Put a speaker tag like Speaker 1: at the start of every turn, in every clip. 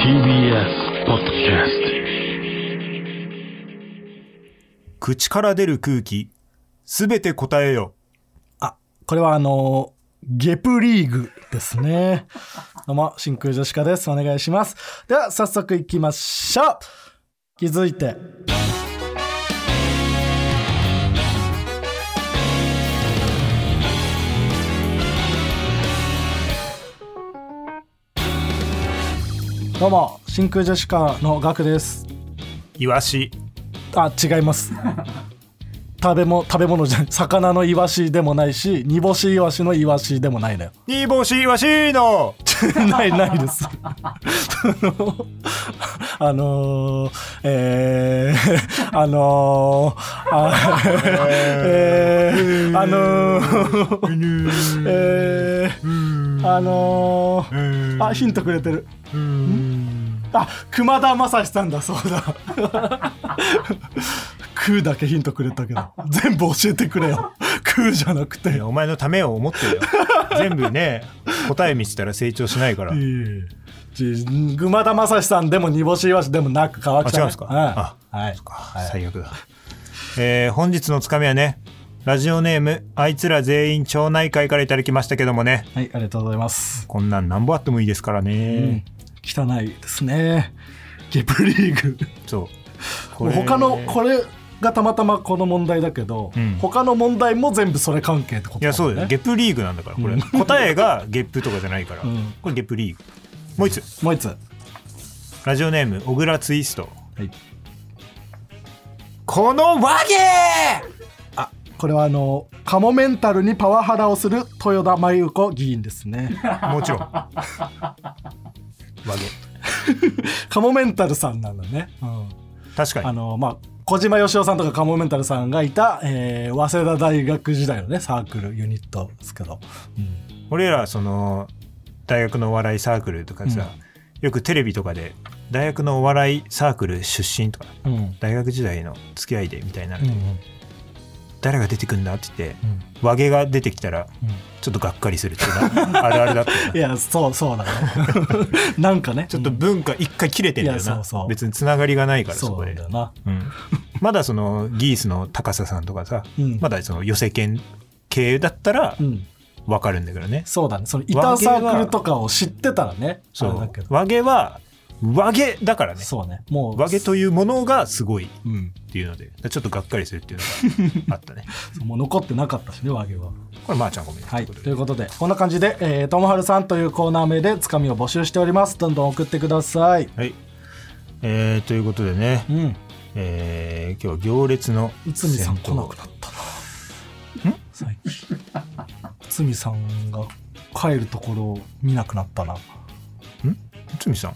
Speaker 1: TBS ポッドキャス
Speaker 2: 口から出る空気、すべて答えよ。
Speaker 3: あ、これはあのゲプリーグですね。 どうも、真空ジェシカです。お願いします。では、早速いきましょう。気づいて。どうも、真空ジェシカのガクです。
Speaker 2: イワシ。
Speaker 3: あ、違います。食べも食べ物じゃない魚のイワシでもないし煮干しイワシのイワシでもないのよ
Speaker 2: 煮干しイワシの
Speaker 3: ないないです あのー、えー、あのー、あえー、あのー、えー、あのー、あヒントくれてるんあ熊田正史さんだそうだ 「空」だけヒントくれたけど全部教えてくれよ「空」じゃなくてよ
Speaker 2: お前のためを思ってるよ。全部ね、答え見せたら成長しないから。
Speaker 3: いえいえち熊田正史さんでも煮干しイワシでもなく川北、
Speaker 2: あ
Speaker 3: ね、
Speaker 2: 違うんですかあ
Speaker 3: はい
Speaker 2: 最悪だ。えー本日のつかみはね、ラジオネーム、あいつら全員町内会からいただきましたけどもね、
Speaker 3: はい、ありがとうございます、
Speaker 2: こんなんなんぼあってもいいですからね。
Speaker 3: 汚いですねゲプリーグ
Speaker 2: そう。
Speaker 3: 他のこれがたまたまこの問題だけど、
Speaker 2: うん
Speaker 3: 他の問題も全部それ関係ってこと
Speaker 2: いやそうだよ、ゲ
Speaker 3: ゲ
Speaker 2: ップリーグなんだからこれ、答えがゲップとかじゃないから、
Speaker 3: うん
Speaker 2: これゲップリーグもう一つ
Speaker 3: もう一つは
Speaker 2: ラジオネーム小倉ツイスト
Speaker 3: い
Speaker 2: この和芸
Speaker 3: これはあのカモメンタルにパワハラをする豊田真由子議員です ね
Speaker 2: もちろん和芸
Speaker 3: カモメンタルさんなんだね、うん
Speaker 2: 確か
Speaker 3: あ
Speaker 2: に
Speaker 3: のまあ小島よしおさんとかカモメンタルさんがいた、えー早稲田大学時代のねサークルユニットですけど、うん
Speaker 2: 俺らその大学のお笑いサークルとかさ、よくテレビとかで大学のお笑いサークル出身とか
Speaker 3: うんうん
Speaker 2: 大学時代の付き合いでみたいなの
Speaker 3: うん
Speaker 2: で、誰が出てくんだって言って
Speaker 3: うん
Speaker 2: 和芸が出てきたら
Speaker 3: うん
Speaker 2: ちょっとがっかりするっていうなあるあるだったよ ない
Speaker 3: やそうそうだね なんかね
Speaker 2: ちょっと文化一回切れてんだよ
Speaker 3: いやそ
Speaker 2: な
Speaker 3: うそう
Speaker 2: 別につながりがないからそ
Speaker 3: そ
Speaker 2: こ
Speaker 3: う
Speaker 2: で
Speaker 3: なんだよな
Speaker 2: うんまだそのギースの高ささんとかさ
Speaker 3: うん
Speaker 2: まだその寄せ犬系だったら
Speaker 3: うん
Speaker 2: わかるんだけどね
Speaker 3: そうだねそのイタサークルとかを知ってたらね
Speaker 2: そ
Speaker 3: あれだ
Speaker 2: う
Speaker 3: けど
Speaker 2: 和毛は和毛だからね
Speaker 3: そうねもう
Speaker 2: 和毛というものがすごいっ
Speaker 3: うん
Speaker 2: ていうのでちょっとがっかりするっていうのがあっ たね
Speaker 3: もう残ってなかったしね和牛は
Speaker 2: これまーちゃんごめん
Speaker 3: はい、
Speaker 2: ということ
Speaker 3: と
Speaker 2: で
Speaker 3: いうことでこんな感じで「えーともはるさん」というコーナー名でつかみを募集しておりますどんどん送ってください
Speaker 2: はいえーということでね
Speaker 3: うん
Speaker 2: えー今日は行列の
Speaker 3: 内海さん来
Speaker 2: 先
Speaker 3: な
Speaker 2: 頭
Speaker 3: くなったな最近内海さんが帰るところを見なくなったな
Speaker 2: 内海さん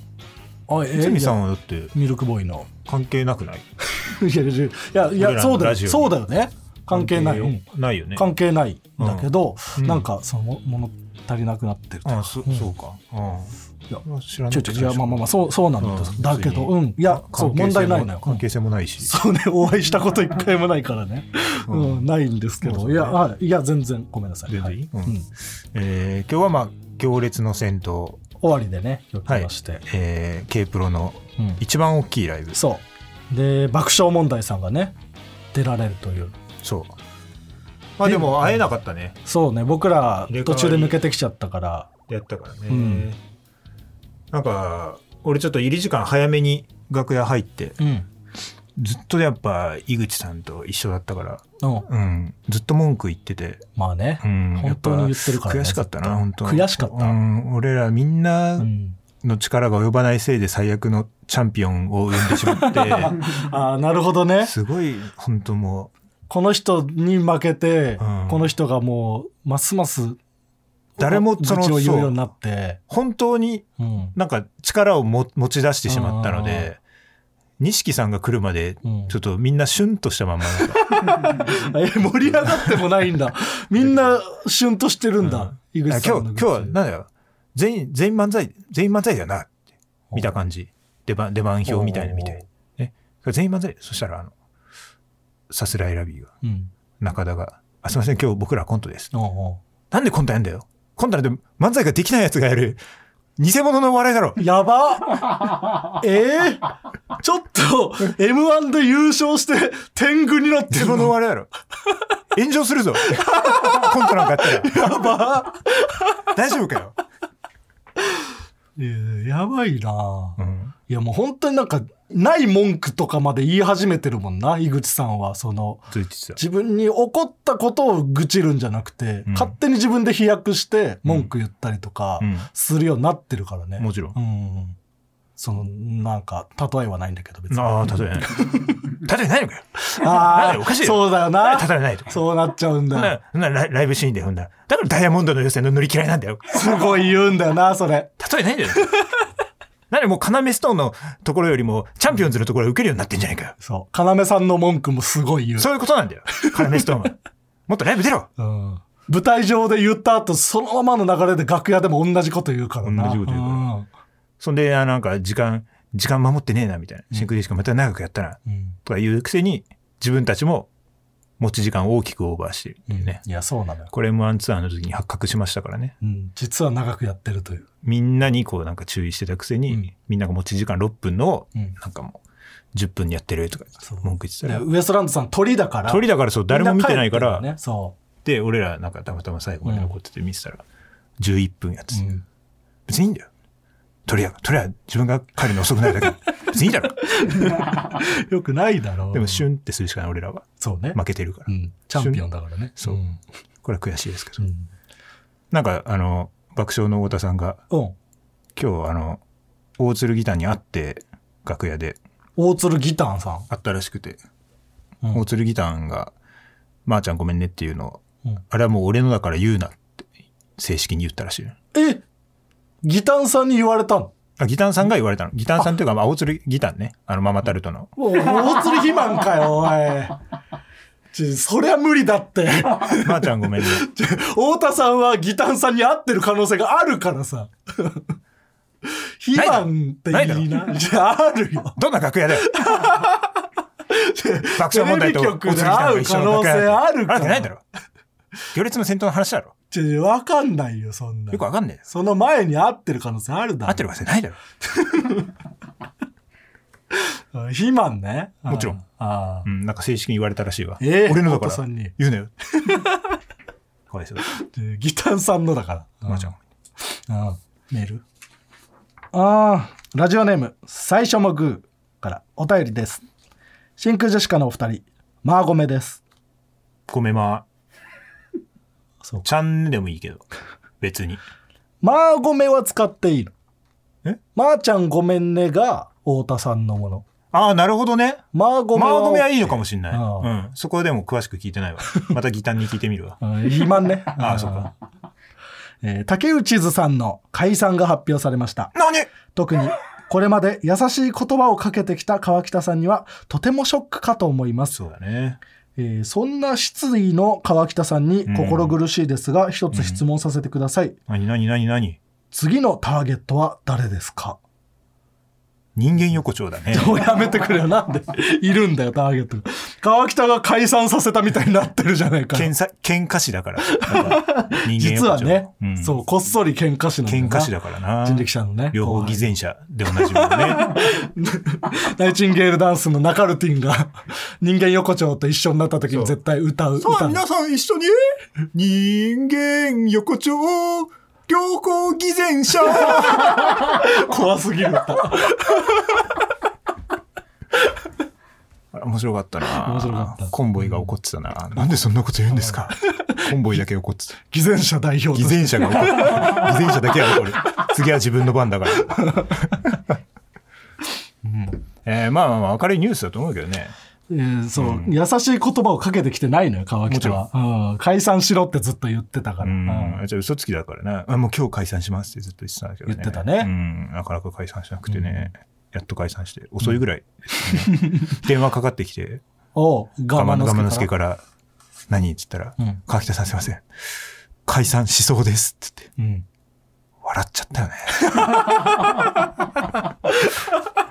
Speaker 3: あ
Speaker 2: 内海さ
Speaker 3: い
Speaker 2: ん
Speaker 3: や
Speaker 2: はだって
Speaker 3: ミルクボーイの
Speaker 2: 関係なくない
Speaker 3: いやいやいやい
Speaker 2: 俺
Speaker 3: や
Speaker 2: らの
Speaker 3: そうだ
Speaker 2: ラ
Speaker 3: よ
Speaker 2: ジオに
Speaker 3: そうだよね関係ないうん
Speaker 2: ないよね
Speaker 3: 関係ないんだけど、
Speaker 2: うん
Speaker 3: なんかそのも物足りなくなってると
Speaker 2: あそ,、
Speaker 3: ん
Speaker 2: そうか。うん。知ら
Speaker 3: ちょいちょいいやまあまあまあそうそうなんだ,、
Speaker 2: うん
Speaker 3: だけど
Speaker 2: 別に
Speaker 3: うんいやそう問題ないのよ
Speaker 2: 関係性もないし。
Speaker 3: そうねお会いしたこと一回もないからね、
Speaker 2: う
Speaker 3: うんんないんですけど、
Speaker 2: そう
Speaker 3: い
Speaker 2: だね
Speaker 3: やはいいや全然ごめんなさい
Speaker 2: 全然いい
Speaker 3: は
Speaker 2: うんえー今日はまあ行列の先頭、
Speaker 3: 終わりでね今日来まして、
Speaker 2: えー、K プロの
Speaker 3: うん
Speaker 2: 一番大きいライブ。
Speaker 3: そうで爆笑問題さんがね出られるという
Speaker 2: そう。まあでも会えなかったね。
Speaker 3: そうね僕ら
Speaker 2: 入れ替わ
Speaker 3: 途
Speaker 2: り
Speaker 3: 中で抜けてきちゃったから
Speaker 2: やったからね。
Speaker 3: うん
Speaker 2: なんか俺ちょっと入り時間早めに楽屋入って、
Speaker 3: うん
Speaker 2: ずっとやっぱ井口さんと一緒だったから、
Speaker 3: うん
Speaker 2: うん、ずっと文句言ってて。
Speaker 3: まあね、
Speaker 2: うん
Speaker 3: 本当に言ってるからね
Speaker 2: やぱ悔しかったな本当
Speaker 3: 悔しかった
Speaker 2: うん、俺らみんな
Speaker 3: うん
Speaker 2: の力が及ばないせいで最悪のチャンピオンを生んでしまっ
Speaker 3: ああなるほどね
Speaker 2: てすごい本当も
Speaker 3: この人に負けて、
Speaker 2: うん
Speaker 3: この人がもうますます
Speaker 2: う誰もその
Speaker 3: 愚痴を言
Speaker 2: そ
Speaker 3: うよ
Speaker 2: う
Speaker 3: に
Speaker 2: う
Speaker 3: なって、
Speaker 2: 本当に
Speaker 3: うん
Speaker 2: なんか力をも持ち出してしまったの
Speaker 3: うんうん
Speaker 2: で錦さんが来るまで
Speaker 3: うん
Speaker 2: ちょっとみんなシュンとしたまんまなんか
Speaker 3: え盛り上がってもないんだみんなシュンとしてるんだ、井
Speaker 2: 今日
Speaker 3: 口さん
Speaker 2: 今日はなんだよ全員全員漫才全員漫才だよなって見た感じ出番出番表みたいなの見
Speaker 3: おうお
Speaker 2: て、ね、全員漫才そしたらあのさすらいラビーが
Speaker 3: 日うん
Speaker 2: 中田が「あすいません今日僕らコントです」
Speaker 3: おうおう
Speaker 2: なんでコントやんだよ。コントなんて漫才ができないやつがやる偽物のお笑いだろ
Speaker 3: やばえー、ちょっと、M1 で優勝して、天狗になって
Speaker 2: 偽
Speaker 3: る
Speaker 2: 物 のお笑いだろ炎上するぞコントなんかやったらやば大丈夫かよ、
Speaker 3: の。やばいな、
Speaker 2: うん
Speaker 3: いやもう本当になんか、ない文句とかまで言い始めてるもんな、井口さんは。その、
Speaker 2: ついてきた
Speaker 3: 自分に怒ったことを愚痴るんじゃなくて、
Speaker 2: うん
Speaker 3: 勝手に自分で飛躍して文句言ったりとか
Speaker 2: うん
Speaker 3: するようになってるからね。
Speaker 2: もちろん
Speaker 3: うんうん。その、なんか、例えはないんだけど、別に。
Speaker 2: ああ例えない例えないのかよ
Speaker 3: あ
Speaker 2: なんだよおかしいよ
Speaker 3: そうだよな。
Speaker 2: 例えないとか
Speaker 3: そうなっちゃうん
Speaker 2: そん
Speaker 3: だよ
Speaker 2: な。そんなライライブシーンで踏んだだからダイヤモンドの予選の塗り嫌いなんだよ
Speaker 3: すごい言うんだよな、それ。
Speaker 2: 例えないんだよなんでもう要ストーンのところよりもチャンピオンズのところを受けるようになってんじゃないかよ
Speaker 3: そう。要さんの文句もすごい言う。
Speaker 2: そういうことなんだよ要ストーンはもっとライブ出ろ
Speaker 3: うん舞台上で言った後、そのままの流れで楽屋でも同じこと言うからな。
Speaker 2: 同じこと言うから
Speaker 3: うん
Speaker 2: そんであなんか時間時間守ってねえなみたいな真空ジェシカまた長くやったな
Speaker 3: うん
Speaker 2: とかいうくせに自分たちも持ち時間を大きくオーバーしてるっていうね、
Speaker 3: いや、そうなのよ。
Speaker 2: これ M1 ツアーの時に発覚しましたからね
Speaker 3: うん実は長くやってるという。
Speaker 2: みんなにこうなんか注意してたくせに、
Speaker 3: うん
Speaker 2: みんなが持ち時間6分のを
Speaker 3: うん
Speaker 2: なんかもう10分にやってるとか
Speaker 3: そう
Speaker 2: 文句言ってた
Speaker 3: で
Speaker 2: ら
Speaker 3: ウエストランドさん鳥だから。
Speaker 2: 鳥だからそう誰も見てないから、
Speaker 3: みん帰ってるよね、そ
Speaker 2: で俺らなんかたまたま最後まで残ってて見てたら11分やってて、
Speaker 3: う。うん
Speaker 2: 別にいいんだよ鳥や鳥は自分が帰るの遅くなるだけ別にいいだろ
Speaker 3: よくないだろう。
Speaker 2: でもシュンってするしかない俺らは
Speaker 3: そうね。
Speaker 2: 負けてるから、
Speaker 3: うんチャンピオンだからね。
Speaker 2: そうんこれは悔しいですけ
Speaker 3: う
Speaker 2: ど、
Speaker 3: ん。
Speaker 2: なんかあの爆笑の太田さんが
Speaker 3: うん。
Speaker 2: 今日あの大鶴ギターに会って楽屋で
Speaker 3: 大鶴ギターンさん。
Speaker 2: 会ったらしくて、
Speaker 3: うん
Speaker 2: 大鶴ギターが「まー、ちゃんごめんね」っていうのを、
Speaker 3: うん
Speaker 2: あれはもう俺のだから言うなって正式に言ったらしい
Speaker 3: えギターンさんに言われたの
Speaker 2: あギターさんが言われたのギターさんっていうかまあ大鶴ギターねあのママタルト の
Speaker 3: おい大鶴肥満かよ、おい。ちそりゃ無理だって。
Speaker 2: 「まー、ちゃんごめんね」
Speaker 3: ち太田さんはギターンさんに合ってる可能性があるからさ。肥満って
Speaker 2: ないだろ
Speaker 3: いいな。じゃあ、あるよ。
Speaker 2: どんな楽 屋だよ爆笑問題と大鶴ギターが一緒の楽屋
Speaker 3: テレビ局で会う可能性あるから
Speaker 2: わけないだろ行列の先頭の話だろ
Speaker 3: ちょわかんないよ、そんな
Speaker 2: よく。わかんねえよ
Speaker 3: その前に合ってる可能性あるだろ。
Speaker 2: 合ってるわけないだろ
Speaker 3: うん肥満ね。
Speaker 2: もちろん
Speaker 3: ああ。
Speaker 2: うん、なんか正式に言われたらしいわ。
Speaker 3: えー
Speaker 2: 俺のだか
Speaker 3: お父さ
Speaker 2: ら
Speaker 3: んに。
Speaker 2: 言う なよ。かわいそうだ。
Speaker 3: でギターンさんのだから。
Speaker 2: まーちゃん。
Speaker 3: うんメールあーラジオネーム最初もグーからお便りです真空ジェシカのお二人マーゴメです
Speaker 2: ごめんま
Speaker 3: そう
Speaker 2: ちゃんでもいいけど。別に。
Speaker 3: マーゴメは使っている
Speaker 2: え
Speaker 3: マーちゃんごめんねが太田さんのもの
Speaker 2: ああ、なるほどね。
Speaker 3: マーゴメは
Speaker 2: マーゴメはいいのかもしんない。
Speaker 3: あ
Speaker 2: う
Speaker 3: あ
Speaker 2: ん。そこはでも詳しく聞いてないわ。またギターに聞いてみるわ。
Speaker 3: うん肥満 ね
Speaker 2: ああ、そうか。
Speaker 3: えー竹内図さんの解散が発表されまし た
Speaker 2: 何
Speaker 3: 特にこれまで優しい言葉をかけてきた川北さんにはとてもショックかと思います
Speaker 2: そうだね。
Speaker 3: えーそんな失意の川北さんに心苦しいですが、一つ質問させてください、
Speaker 2: 何何何何
Speaker 3: 次のターゲットは誰ですか
Speaker 2: 人間横丁だね。
Speaker 3: もうやめてくれ よなんでいるんだよターゲットが川北が解散させたみたいになってるじゃないか
Speaker 2: 喧嘩喧嘩師だから。やっぱ人間
Speaker 3: 実
Speaker 2: 横
Speaker 3: は
Speaker 2: 丁
Speaker 3: ね、
Speaker 2: うん
Speaker 3: そうこっそり喧嘩師なんだよ
Speaker 2: 喧
Speaker 3: な
Speaker 2: 嘩師だからな。
Speaker 3: 人力車のね
Speaker 2: 両方偽善者でおなじみのね。
Speaker 3: ナイチンゲールダンスのナカルティンが人間横丁と一緒になった時に絶対歌う
Speaker 2: さ
Speaker 3: 歌
Speaker 2: あ、
Speaker 3: う
Speaker 2: 皆さん一緒に、人間横丁、両方偽善者。
Speaker 3: 怖すぎる歌
Speaker 2: あら面白かったな。
Speaker 3: 面白かった
Speaker 2: コンボイが怒ってたな。なんでそんなこと言うんですか。コンボイだけ怒ってた。
Speaker 3: 偽善者代表と
Speaker 2: 偽
Speaker 3: して
Speaker 2: 善者が怒る。偽善者だけは怒る。次は自分の番だから。うんえーまあまあまあ明るいニュースだと思うけどね。
Speaker 3: えーそう、優しい言葉をかけてきてないのよ、川北は。うん、解散しろってずっと言ってたから。
Speaker 2: う
Speaker 3: うん
Speaker 2: ん。じゃあ嘘つきだからね。あもう今日解散しますってずっと言ってたんだけどね。
Speaker 3: 言ってたね
Speaker 2: うん。なかなか解散しなくてね。やっと解散して。遅いぐらいです ね、電話かかってきて。
Speaker 3: おう、我
Speaker 2: ガマ
Speaker 3: 慢の
Speaker 2: の
Speaker 3: 助
Speaker 2: 助
Speaker 3: けか
Speaker 2: から、何って言ったら、
Speaker 3: うん
Speaker 2: 川北さんすいません。解散しそうですって言って、
Speaker 3: ら。うん。
Speaker 2: 笑っちゃったよ ね。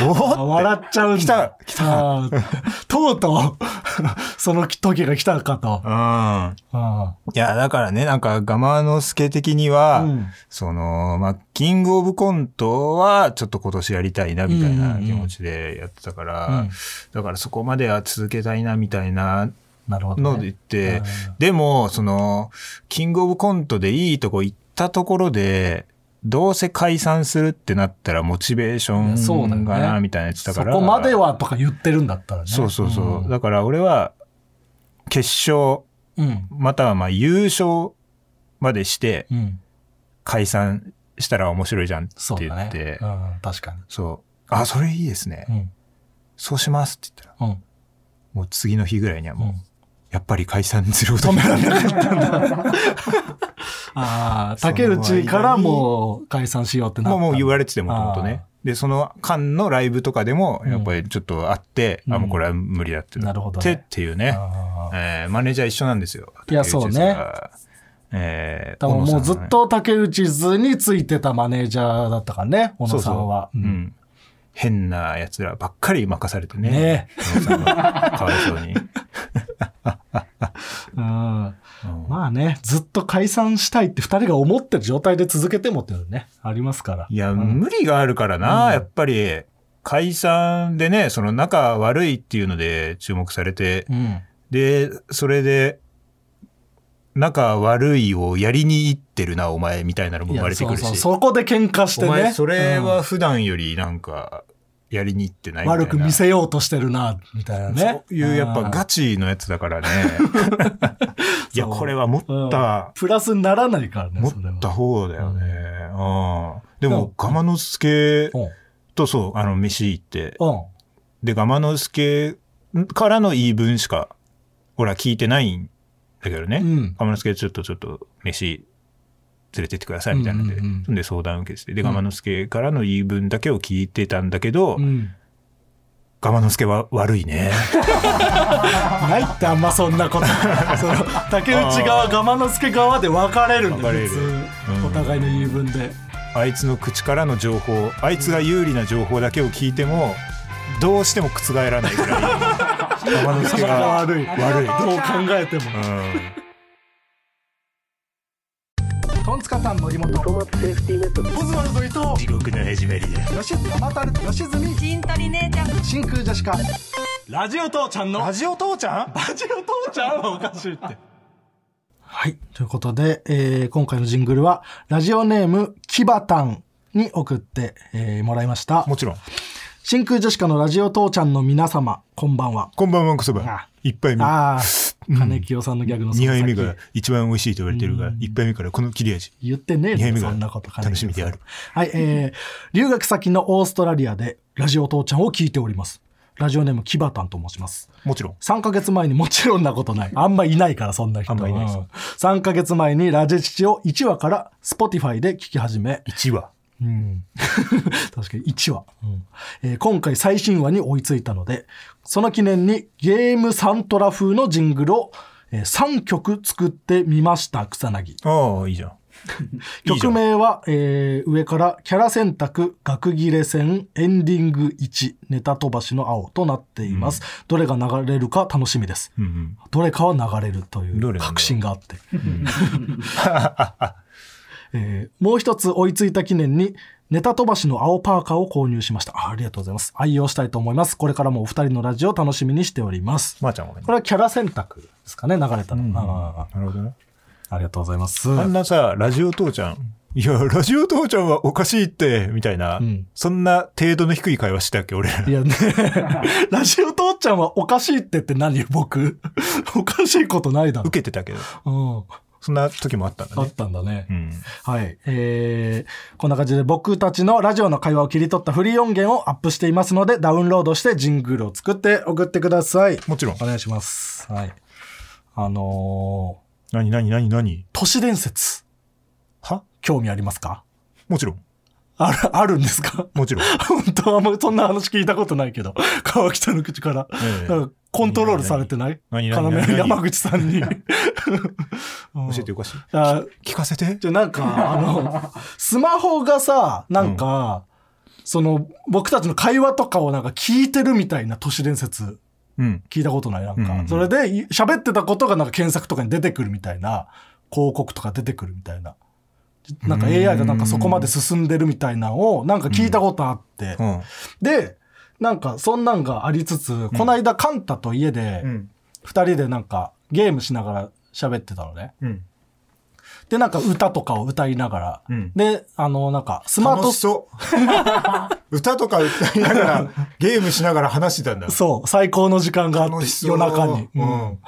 Speaker 2: お
Speaker 3: あ
Speaker 2: お
Speaker 3: 笑っちゃうんだ。
Speaker 2: 来た来た
Speaker 3: あーとうとう、 その時が来たかと。
Speaker 2: うん。
Speaker 3: うん
Speaker 2: いや、だからね、なんか、ガマの助的には、
Speaker 3: うん
Speaker 2: その、まあ、キングオブコントは、ちょっと今年やりたいな、みたいな気持ちでやってたから、
Speaker 3: うん
Speaker 2: だからそこまでは続けたいな、みたいな
Speaker 3: なるほど
Speaker 2: の
Speaker 3: ね、
Speaker 2: で言って、
Speaker 3: うん
Speaker 2: でも、その、キングオブコントでいいとこ行ったところで、どうせ解散するってなったら、モチベーシ
Speaker 3: いや
Speaker 2: ョ
Speaker 3: そうだよ
Speaker 2: ン
Speaker 3: ね
Speaker 2: がな、みたいなやつだから。
Speaker 3: そこまではとか言ってるんだったらね。
Speaker 2: そうそうそう。
Speaker 3: ん
Speaker 2: だから俺は、決勝、
Speaker 3: うん。
Speaker 2: またはまあ優勝までして
Speaker 3: うん。
Speaker 2: 解散したら面白いじゃんって
Speaker 3: そう
Speaker 2: 言
Speaker 3: だ
Speaker 2: っ
Speaker 3: ね。
Speaker 2: て、
Speaker 3: うん、確か
Speaker 2: そう。あ、それいいですね。
Speaker 3: に。うん。
Speaker 2: そうしますって言ったら、
Speaker 3: うん。
Speaker 2: もう次の日ぐらいにはもう、
Speaker 3: うん
Speaker 2: やっぱり解散すること
Speaker 3: 止
Speaker 2: に
Speaker 3: められなかったんだ。ああ、 竹内からもう解散しようってなっ
Speaker 2: も
Speaker 3: た。
Speaker 2: うもう言われててもともとね
Speaker 3: あ。
Speaker 2: で、その間のライブとかでも、やっぱりちょっとあって、
Speaker 3: うん
Speaker 2: あ、もうこれは無理だって
Speaker 3: なるほど
Speaker 2: って
Speaker 3: ね
Speaker 2: っていうね、
Speaker 3: ああ
Speaker 2: えーマネージャー一緒なんですよ。
Speaker 3: いやそ
Speaker 2: 竹
Speaker 3: うね
Speaker 2: 内さんが。えー
Speaker 3: 多分もうず
Speaker 2: 小野さ
Speaker 3: っ。
Speaker 2: んがね
Speaker 3: と竹内図についてたマネージャーだったからね、小
Speaker 2: そ
Speaker 3: 野
Speaker 2: うそ
Speaker 3: さ
Speaker 2: うん
Speaker 3: は。
Speaker 2: う
Speaker 3: うん
Speaker 2: ん。変な奴らばっかり任されてね。
Speaker 3: ね
Speaker 2: 小野さんがかわい そうに。
Speaker 3: うんまあね、ずっと解散したいって二人が思ってる状態で続けてもっていうのね、ありますから。
Speaker 2: いや、無理があるからな、
Speaker 3: うん
Speaker 2: やっぱり。解散でね、その仲悪いっていうので注目されて、
Speaker 3: うん。
Speaker 2: で、それで、仲悪いをやりに行ってるな、お前、みたいなのも生
Speaker 3: いや
Speaker 2: まれてくるし。
Speaker 3: そうそうそこで喧嘩して
Speaker 2: お前、
Speaker 3: ね。
Speaker 2: それは普段よりなんか、やりに行ってない
Speaker 3: うん
Speaker 2: みたいな
Speaker 3: 悪く見せようとしてるな、みたいなね
Speaker 2: そ。ういう、やっぱガ
Speaker 3: ッ
Speaker 2: チのやつだ からね。いや、これは持った、
Speaker 3: プラスにならないからね、
Speaker 2: 持
Speaker 3: それは
Speaker 2: った方だよね。うん。でも、ガマノスケ
Speaker 3: うん。
Speaker 2: とそう、あの、飯行って。
Speaker 3: うん。
Speaker 2: で、ガマノスケからの言い分しか、俺は聞いてないんだけどね。
Speaker 3: うん
Speaker 2: ガマノスケちょっとちょっと飯連れてってくださいみたいなんで、
Speaker 3: うんうんうん
Speaker 2: そんで相談受けてて、で、ガマノスケからの言い分だけを聞いてたんだけど、
Speaker 3: うん。
Speaker 2: ガマノスケは悪いね。
Speaker 3: ないってあんまそん なことその竹内側蒲之助側で分かれるんだ
Speaker 2: 分かれ
Speaker 3: よ
Speaker 2: る
Speaker 3: 普通、
Speaker 2: うん
Speaker 3: お互いの言い分で
Speaker 2: あいつの口からの情報、あいつが有利な情報だけを聞いても、どうしても覆らないぐらい、ガマノスケ
Speaker 3: 仲が
Speaker 2: が
Speaker 3: 悪いどう考
Speaker 2: 悪い。
Speaker 3: えても
Speaker 2: うん
Speaker 3: トンツカタン森本トマセーフティーネットオズワルド伊藤地獄のへじめりでマタル吉住
Speaker 4: 陣取り姉ちゃん
Speaker 3: 真空ジェシカラジオ父ちゃんのラジオ父ちゃんラジオ父ちゃんはおかしいってはいということで、えー今回のジングルはラジオネームキバタンに送って、えーもらいました
Speaker 2: もちろん。
Speaker 3: 真空ジェシカのラジオ父ちゃんの皆様、こんばんは。
Speaker 2: こんばんは、こそば
Speaker 3: あ。
Speaker 2: 一杯目。
Speaker 3: ああ、金清さんのギャグのその
Speaker 2: 2
Speaker 3: 先
Speaker 2: 杯目が一番美味しいと言われてるが、1杯目からこの切れ味。
Speaker 3: 言ってねえ
Speaker 2: 二杯目
Speaker 3: ぞ、
Speaker 2: が
Speaker 3: そんなこと金
Speaker 2: 楽し
Speaker 3: 清
Speaker 2: み
Speaker 3: さん
Speaker 2: である。
Speaker 3: はい、えー、留学先のオーストラリアで、ラジオ父ちゃんを聞いております。ラジオネーム、キバタンと申します。
Speaker 2: もちろん。
Speaker 3: 3ヶ月前にもちろんなことない。あんまいないから、そんな人。
Speaker 2: あんまいないです
Speaker 3: う3ヶ月前にラジェチチを1話から Spotify で聞き始め、
Speaker 2: 1話。
Speaker 3: うん、 確かに1話、えー今回最新話に追いついたのでその記念にゲームサントラ風のジングルを、え3曲作ってみました草薙
Speaker 2: ああ、いいじゃん。いいじゃ
Speaker 3: 曲
Speaker 2: ん
Speaker 3: 名は、えー上からキャラ選択学切れ戦エンディング1ネタ飛ばしの青となっています、どれが流れるか楽しみです
Speaker 2: うんうん。
Speaker 3: どれかは流れるとい
Speaker 2: ど
Speaker 3: う
Speaker 2: れなんだろう
Speaker 3: 確信があって。 えーもう一つ追いついた記念に、ネタ飛ばしの青パーカーを購入しました。あありがとうございます。愛用したいと思います。これからもお二人のラジオを楽しみにしております。
Speaker 2: まー、ちゃんはね
Speaker 3: これはキャラ選択ですかね、流れたの。あああ
Speaker 2: なるほどね。
Speaker 3: あありがとうございます。
Speaker 2: あんなさ、ラジオ父ちゃん。いや、ラジオ父ちゃんはおかしいって、みたいな、
Speaker 3: ん
Speaker 2: そんな程度の低い会話したっけ、俺ら
Speaker 3: い。やね、 ラジオ父ちゃんはおかしいってって何僕。 おかしいことないだろ。
Speaker 2: 受けてたけど、
Speaker 3: うん。
Speaker 2: そんな時もあったんだ
Speaker 3: あ
Speaker 2: ね
Speaker 3: っ。たんだね。
Speaker 2: うん。
Speaker 3: はい。えー、こんな感じで僕たちのラジオの会話を切り取ったフリー音源をアップしていますので、ダウンロードしてジングルを作って送ってください。
Speaker 2: もちろん
Speaker 3: お。願いします。はい。あの
Speaker 2: 何、何、何、何
Speaker 3: ー、都市伝説、
Speaker 2: は
Speaker 3: 興味ありますか
Speaker 2: もちろん。
Speaker 3: ある、あるんですか
Speaker 2: もちろん。
Speaker 3: 本当あんまりそんな話聞いたことないけど、 川北の口から。
Speaker 2: ええ
Speaker 3: なんかコントロールされてない
Speaker 2: 何
Speaker 3: 要
Speaker 2: 何何何
Speaker 3: の山口さ んに。
Speaker 2: 教えておかしい。
Speaker 3: あ
Speaker 2: 聞かせて。
Speaker 3: じゃなんか、あの、スマホがさ、なんか、その、僕たちの会話とかをなんか聞いてるみたいな都市伝説
Speaker 2: うん。
Speaker 3: 聞いたことない、なん
Speaker 2: うんうんう
Speaker 3: か。
Speaker 2: ん
Speaker 3: それで、い喋ってたことがなんか検索とかに出てくるみたいな、広告とか出てくるみたいな。なんか AI がなんかそこまで進んでるみたいなのを、なんか聞いたことあって。
Speaker 2: うん。
Speaker 3: で、なんかそんなんがありつつ、この間カンタと家で、
Speaker 2: うん。
Speaker 3: 二人でなんかゲームしながら喋ってたのね。
Speaker 2: うん。
Speaker 3: で、なんか歌とかを歌いながら。
Speaker 2: うん
Speaker 3: で、あの、なんかスマー
Speaker 4: 楽
Speaker 3: ト
Speaker 4: しそう。 歌とか歌いながら、ゲームしながら話してたんだ。
Speaker 3: そう、最高の時間があって
Speaker 4: 楽し、そう
Speaker 3: 夜中に、
Speaker 4: うん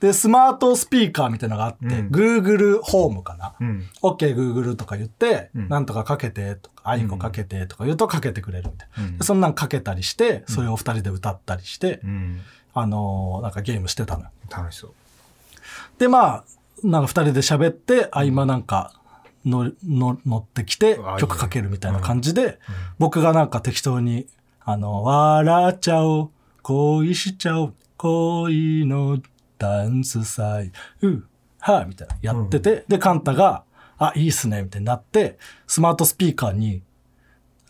Speaker 3: で、スマートスピーカーみたいなのがあって、
Speaker 2: うん
Speaker 3: Google ホームかな。
Speaker 2: うん。
Speaker 3: OK, Google とか言って、
Speaker 2: うん
Speaker 3: なんとかかけてとか、アイコかけてとか言うとかけてくれるみたいな。
Speaker 2: うん
Speaker 3: でそんなんかけたりして、それを二人で歌ったりして、
Speaker 2: うん。
Speaker 3: あのーなんかゲームしてたのよ。
Speaker 4: 楽しそう。
Speaker 3: で、まあ、なんか二人で喋って、合間なんかの、の、乗ってきて
Speaker 4: あ、
Speaker 3: 曲かけるみたいな感じで、僕がなんか適当に、あの、笑っちゃおう、恋しちゃおう、恋のダンス祭、うはみたいな、やってて、で、カンタが、あ、いいっすね、みたいになって、スマートスピーカーに、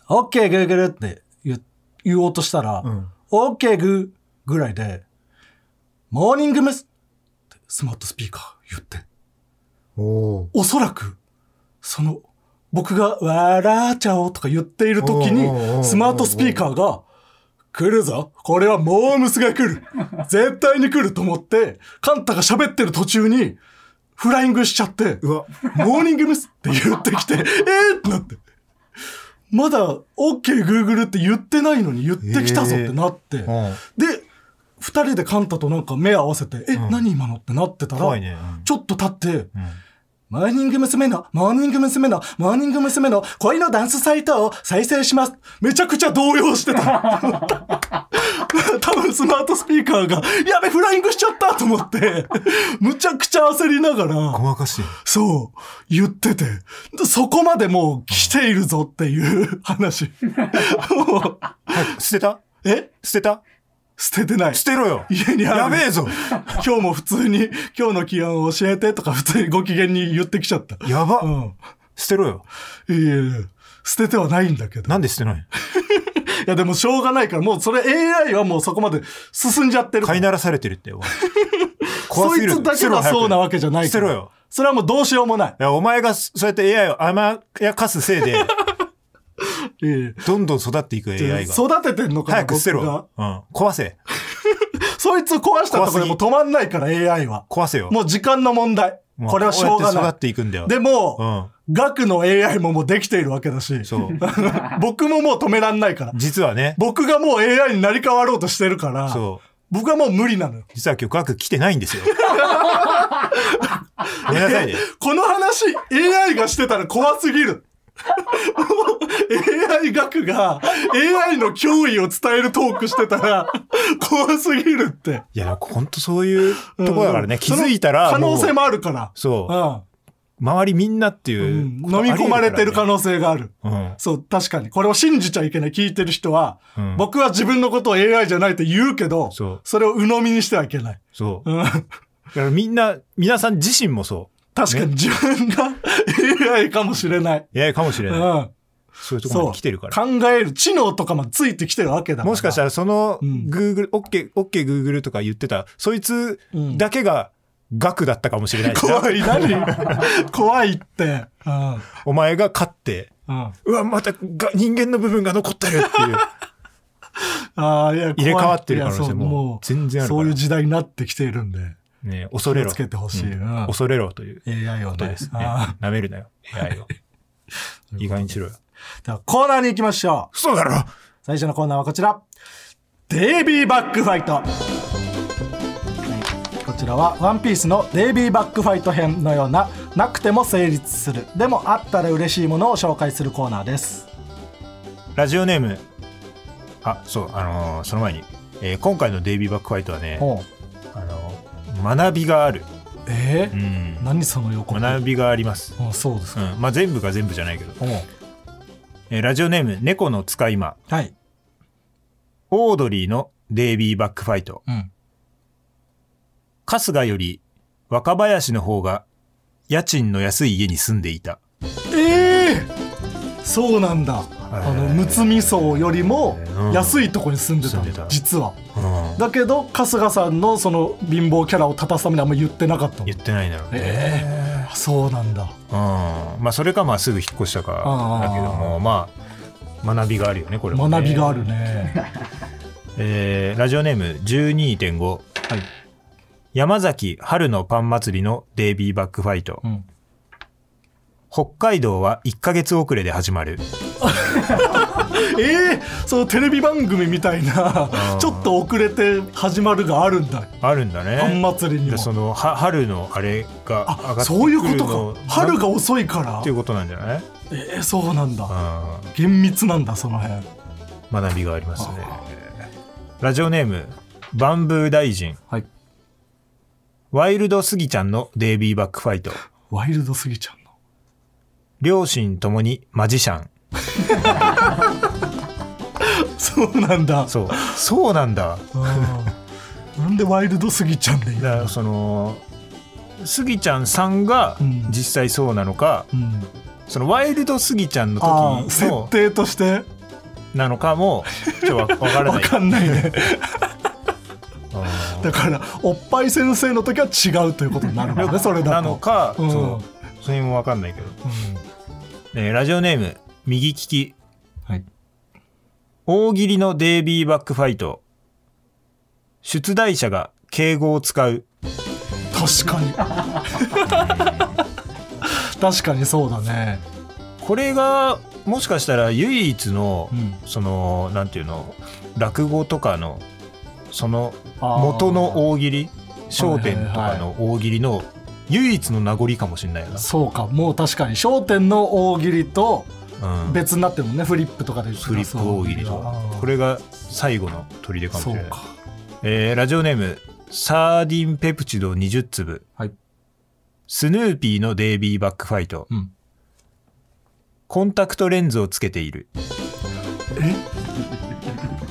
Speaker 3: OK, Google って言言おうとしたら、OK, Google ぐらいで、モーニング娘。ってスマートスピーカー言って。
Speaker 4: おお。
Speaker 3: おそらく、その、僕が、わらーちゃおうとか言っている時
Speaker 4: おうおうおうおう
Speaker 3: に、スマートスピーカーが、来るぞこれはモームスが来 る絶対に来ると思って、カンタが喋ってる途中に、フライングしちゃって、
Speaker 4: うわ、
Speaker 3: モーニング娘。って言ってきて、えーってなって。まだ、OK、Google って言ってないのに言ってきたぞってなって。で、二人でカンタとなんか目合わせて、え、何今のってなってたら、
Speaker 2: 怖いねうん
Speaker 3: ちょっと経って、モーニング娘。の、モーニング娘。の、モーニング娘。の恋のダンスサイトを再生します。めちゃくちゃ動揺してた。 多分スマートスピーカーが、やべ、フライングしちゃったと思って、むちゃくちゃ焦りながら、
Speaker 4: ごまかしてる。
Speaker 3: そう、言ってて、そこまでもう来ているぞっていう話。 もう
Speaker 4: 捨てた
Speaker 3: え
Speaker 4: 捨てた
Speaker 3: 捨ててない。
Speaker 4: 捨てろよ
Speaker 3: 家にある
Speaker 4: やべえぞ
Speaker 3: 今日も普通に、今日の気温を教えてとか、普通にご機嫌に言ってきちゃった。
Speaker 4: や
Speaker 3: う
Speaker 4: ば
Speaker 3: ん。
Speaker 4: 捨てろよ
Speaker 3: いやいやいや捨ててはないんだけど。
Speaker 4: なんで捨てない
Speaker 3: いや、でもしょうがないから、もうそれ AI はもうそこまで進んじゃってるか
Speaker 4: 飼い
Speaker 3: ら。
Speaker 4: ならされてるって。 おい怖
Speaker 3: そ
Speaker 4: す
Speaker 3: い
Speaker 4: ぎる
Speaker 3: つだけがそうなわけじゃないから。
Speaker 4: 捨てろよ。
Speaker 3: それはもうどうしようもない。
Speaker 4: いや、お前がそそうやって AI を甘やかすせい で、
Speaker 3: いやいや
Speaker 4: どんどん育っていく AI が。
Speaker 3: 育ててんのかな
Speaker 4: 早く捨て
Speaker 3: 僕が
Speaker 4: ろ。うん。壊せ。
Speaker 3: そいつ壊したとこでもう止まんないから AI は。
Speaker 4: 壊せよ。
Speaker 3: もう時間の問題。
Speaker 4: もう
Speaker 3: これはしょうが
Speaker 4: こや
Speaker 3: な
Speaker 4: って育っていくんだよ。
Speaker 3: い。で
Speaker 4: う
Speaker 3: も、
Speaker 4: ん。
Speaker 3: 額の AI ももうできているわけだし、
Speaker 4: そう。
Speaker 3: 僕ももう止めらんないから。
Speaker 4: 実は ね、
Speaker 3: 僕がもう AI になり変わろうとしてるから、
Speaker 4: そう。
Speaker 3: 僕はもう無理なのよ。
Speaker 4: 実は今日額来てないん ですよ。ごめんなさいね。
Speaker 3: この話、AI がしてたら怖すぎる。AI 学が AI の脅威を伝えるトークしてたら怖すぎるって。
Speaker 4: いや、ほんとそういうとこだからね。気づいたら、
Speaker 3: その可能性
Speaker 4: も
Speaker 3: もあるから。
Speaker 4: うそう。
Speaker 3: う
Speaker 4: 周りみんなってい
Speaker 3: ん。う
Speaker 4: う。
Speaker 3: ん飲み込まれてる可能性がある。
Speaker 4: うん。
Speaker 3: そう、確かに。これを信じちゃいけない。聞いてる人は、
Speaker 4: うん
Speaker 3: 僕は自分のことを AI じゃないって言うけど、
Speaker 4: そう
Speaker 3: れを鵜呑みにしてはいけない。
Speaker 4: そう。
Speaker 3: うん
Speaker 4: だからみんな、皆さん自身もそ
Speaker 3: 確かに自分が AI かもしれない。
Speaker 4: う。AI かもしれ
Speaker 3: う
Speaker 4: ない。
Speaker 3: ん。
Speaker 4: そういうところ
Speaker 3: そ
Speaker 4: ま
Speaker 3: う。
Speaker 4: で来てるから。
Speaker 3: 考える。知能とかもついてきてるわけだから。
Speaker 4: もしかしたらその
Speaker 3: うん
Speaker 4: Google、OK、OK Google とか言ってた、そいつ
Speaker 3: うん
Speaker 4: だけが額だったかもしれないしな
Speaker 3: 怖い、何怖いって。うん。
Speaker 4: お前が勝って、
Speaker 3: うん。
Speaker 4: うわ、またが人間の部分が残ってるっていう。
Speaker 3: ああ、いや、
Speaker 4: 入れ替わってる可能性
Speaker 3: いやそう
Speaker 4: も
Speaker 3: もう、
Speaker 4: 全然あるから
Speaker 3: そういう時代になってきているんで、
Speaker 4: ね、恐れろ。
Speaker 3: 気をつけてほしい
Speaker 4: うん
Speaker 3: うん
Speaker 4: 恐れろという
Speaker 3: AI を
Speaker 4: こと
Speaker 3: ね。
Speaker 4: ですね。
Speaker 3: あ
Speaker 4: 舐めるなよ、AI を。意外にしろよ。
Speaker 3: あでは、コーナーに行きましょう。
Speaker 4: そうだろ
Speaker 3: 最初のコーナーはこちら。デイビーバックファイト。こちらは「ワンピースのデイビーバックファイト編のようななくても成立するでもあったら嬉しいものを紹介するコーナーです
Speaker 2: ラジオネーム、あ、そう、あのーその前に、えー今回のデイビーバックファイトはね、
Speaker 3: おう
Speaker 2: あのー学びがある。
Speaker 3: え
Speaker 2: う
Speaker 3: ー
Speaker 2: ん。
Speaker 3: 何その横
Speaker 2: 学びがあります。
Speaker 3: うんそうです
Speaker 2: う
Speaker 3: か、
Speaker 2: ん。まあ、全部が全部じゃないけど。
Speaker 3: おう
Speaker 2: えーラジオネーム、猫の使い魔、
Speaker 3: はい
Speaker 2: オードリーのデイビーバックファイト。
Speaker 3: うん
Speaker 2: 春日より若林の方が家賃の安い家に住んでいた。
Speaker 3: ええそうなんだあのむつみ荘よりも安いとこに住んでた,、
Speaker 2: 住んでた
Speaker 3: 実は
Speaker 2: うん
Speaker 3: だけど春日さんのその貧乏キャラを立たすためにあんま言ってなかったの
Speaker 2: 言ってないんだろうね、
Speaker 3: あそうなんだ
Speaker 2: うんまあそれかまあすぐ引っ越したかだけどもまあ学びがあるよねこれもね
Speaker 3: 学びがあるね
Speaker 2: えーラジオネーム12.5、山崎春のパン祭りのデイビーバックファイト、
Speaker 3: ん
Speaker 2: 北海道は1ヶ月遅れで始まる
Speaker 3: ええそのテレビ番組みたいなちょっと遅れて始まるがあるんだ
Speaker 2: あるんだね
Speaker 3: パン祭りに
Speaker 2: で
Speaker 3: も
Speaker 2: そのは春のあれが上がってくるの
Speaker 3: そういうことか春が
Speaker 2: っ
Speaker 3: 遅いから
Speaker 2: ていうことなんじゃない、うん、
Speaker 3: ええそうなんだ厳密なんだその辺
Speaker 2: 学びがありますねラジオネームバンブー大臣
Speaker 3: はい
Speaker 2: ワイルドスギちゃんのデイビーバックファイト
Speaker 3: ワイルドすぎちゃうの
Speaker 2: 両親ともにマジシャン
Speaker 3: そうなんだ
Speaker 2: そう そうなんだ
Speaker 3: うんなんでワイルドすぎちゃんでいい
Speaker 2: だからそのスギちゃんさんが
Speaker 3: うん
Speaker 2: 実際そうなのか、
Speaker 3: うん、
Speaker 2: そのワイルドスギちゃんの
Speaker 3: ああ
Speaker 2: 時
Speaker 3: 設
Speaker 2: の
Speaker 3: 定として
Speaker 2: なのかもちょっとわわからな
Speaker 3: わ
Speaker 2: い
Speaker 3: かんないね
Speaker 2: う
Speaker 3: だからおっぱい先生の時は違うということになるもんねそれだ
Speaker 2: ん
Speaker 3: と
Speaker 2: なのか、
Speaker 3: うん
Speaker 2: そうそれもわかんないけど、えーラジオネーム右利き、
Speaker 3: はい
Speaker 2: 大喜利のデイビーバックファイト出題者が敬語を使う
Speaker 3: 確かに 確かにそうだね
Speaker 2: これがもしかしたら唯一の、
Speaker 3: うん
Speaker 2: そのなんていうの落語とかのその
Speaker 3: あー
Speaker 2: 元の大喜利『笑点』とかの大喜利の唯一の名残かもしれないよな、
Speaker 3: そうかもう確かに『笑点』の大喜利と
Speaker 2: うん
Speaker 3: 別になってるもんね、フリップとかで
Speaker 2: フリップ大喜利と
Speaker 3: あー
Speaker 2: これが最後の砦かもし
Speaker 3: そ
Speaker 2: れ
Speaker 3: う
Speaker 2: ない
Speaker 3: か
Speaker 2: えーラジオネームサーディンペプチド20粒、
Speaker 3: はい
Speaker 2: スヌーピーのデイビーバックファイト、
Speaker 3: うん
Speaker 2: コンタクトレンズをつけている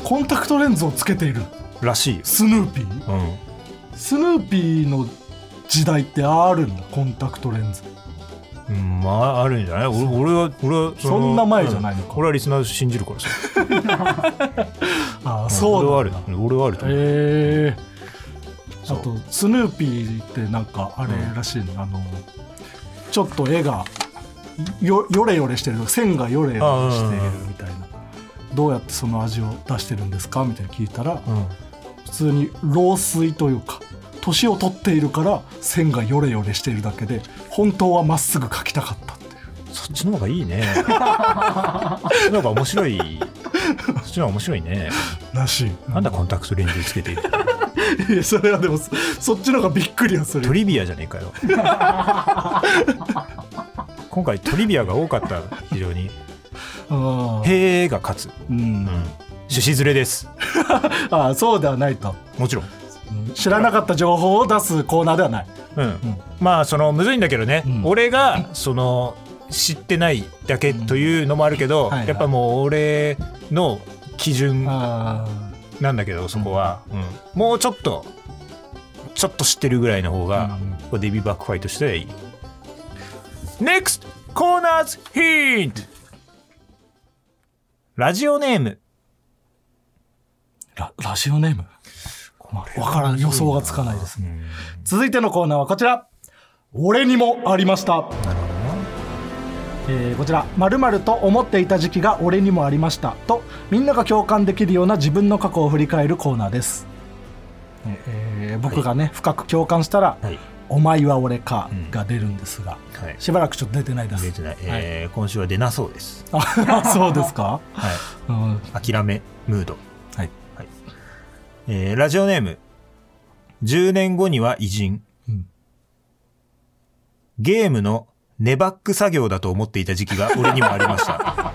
Speaker 3: コンタクトレンズをつけている
Speaker 2: らしいよ、
Speaker 3: スヌーピー
Speaker 2: うん、
Speaker 3: スヌーピーの時代ってあるんだコンタクトレンズ
Speaker 2: うんまああるんじゃない俺俺は俺はの
Speaker 3: そんな前じゃないのか
Speaker 2: うん俺はリスナーを信じるからさ
Speaker 3: ああ そう
Speaker 2: 俺はあ
Speaker 3: な
Speaker 2: る
Speaker 3: んだ
Speaker 2: 俺はあると思う、
Speaker 3: ええ
Speaker 2: そう
Speaker 3: あとスヌーピーってなんかあれらしいね、あのちょっと絵がよよれよれしてる線がよれよれしてい
Speaker 2: ああうんう
Speaker 3: るみたいなどうやってその味を出してるんですかみたいな聞いたら、
Speaker 2: うん
Speaker 3: 普通に老衰というか年を取っているから線がよれよれしているだけで本当はまっすぐ描きたかったっていう
Speaker 2: そっちの方がいいねそっちの方が面白いそっちの方が面白いね
Speaker 3: らしい
Speaker 2: なんだコンタクトレンズつけている
Speaker 3: いやそれはでもそそっちの方がびっくりは
Speaker 2: ト
Speaker 3: する
Speaker 2: リビアじゃねえかよ今回トリビアが多かった非常に
Speaker 3: あ
Speaker 2: 「
Speaker 3: ー
Speaker 2: へーが勝つ、
Speaker 3: うん
Speaker 2: うん、趣旨ずれです
Speaker 3: あーそうではないと
Speaker 2: もちろん、
Speaker 3: 知らなかった情報を出すコーナーではない
Speaker 2: うんまあそのむずいんだけどね、
Speaker 3: うん
Speaker 2: 俺がその知ってないだけというのもあるけど、
Speaker 3: んはいはい
Speaker 2: やっぱもう俺の基準
Speaker 3: あ
Speaker 2: なんだけどそこは、うんもうちょっとちょっと知ってるぐらいの方が、
Speaker 3: うん
Speaker 2: こうデビューバックファイトしてはいい NEXT コーナーズヒントラジオネーム
Speaker 3: ララジオネームわからん予想がつかないですね続いてのコーナーはこちら俺にもありましたえーこちら「まると思っていた時期が俺にもありました」とみんなが共感できるような自分の過去を振り返るコーナーです、ねえー僕がね、深く共感したら「
Speaker 2: はい
Speaker 3: お前は俺か
Speaker 2: ん」
Speaker 3: が出るんですが、
Speaker 2: はい
Speaker 3: しばらくちょっと出てないです
Speaker 2: 出てない、
Speaker 3: はい
Speaker 2: えー今週は出なそうです、
Speaker 3: あ そうですか、
Speaker 2: はい、
Speaker 3: うん、
Speaker 2: 諦めムード、
Speaker 3: はい
Speaker 2: えーラジオネーム10年後には偉人、
Speaker 3: うん
Speaker 2: ゲームのネバック作業だと思っていた時期 が俺にもありました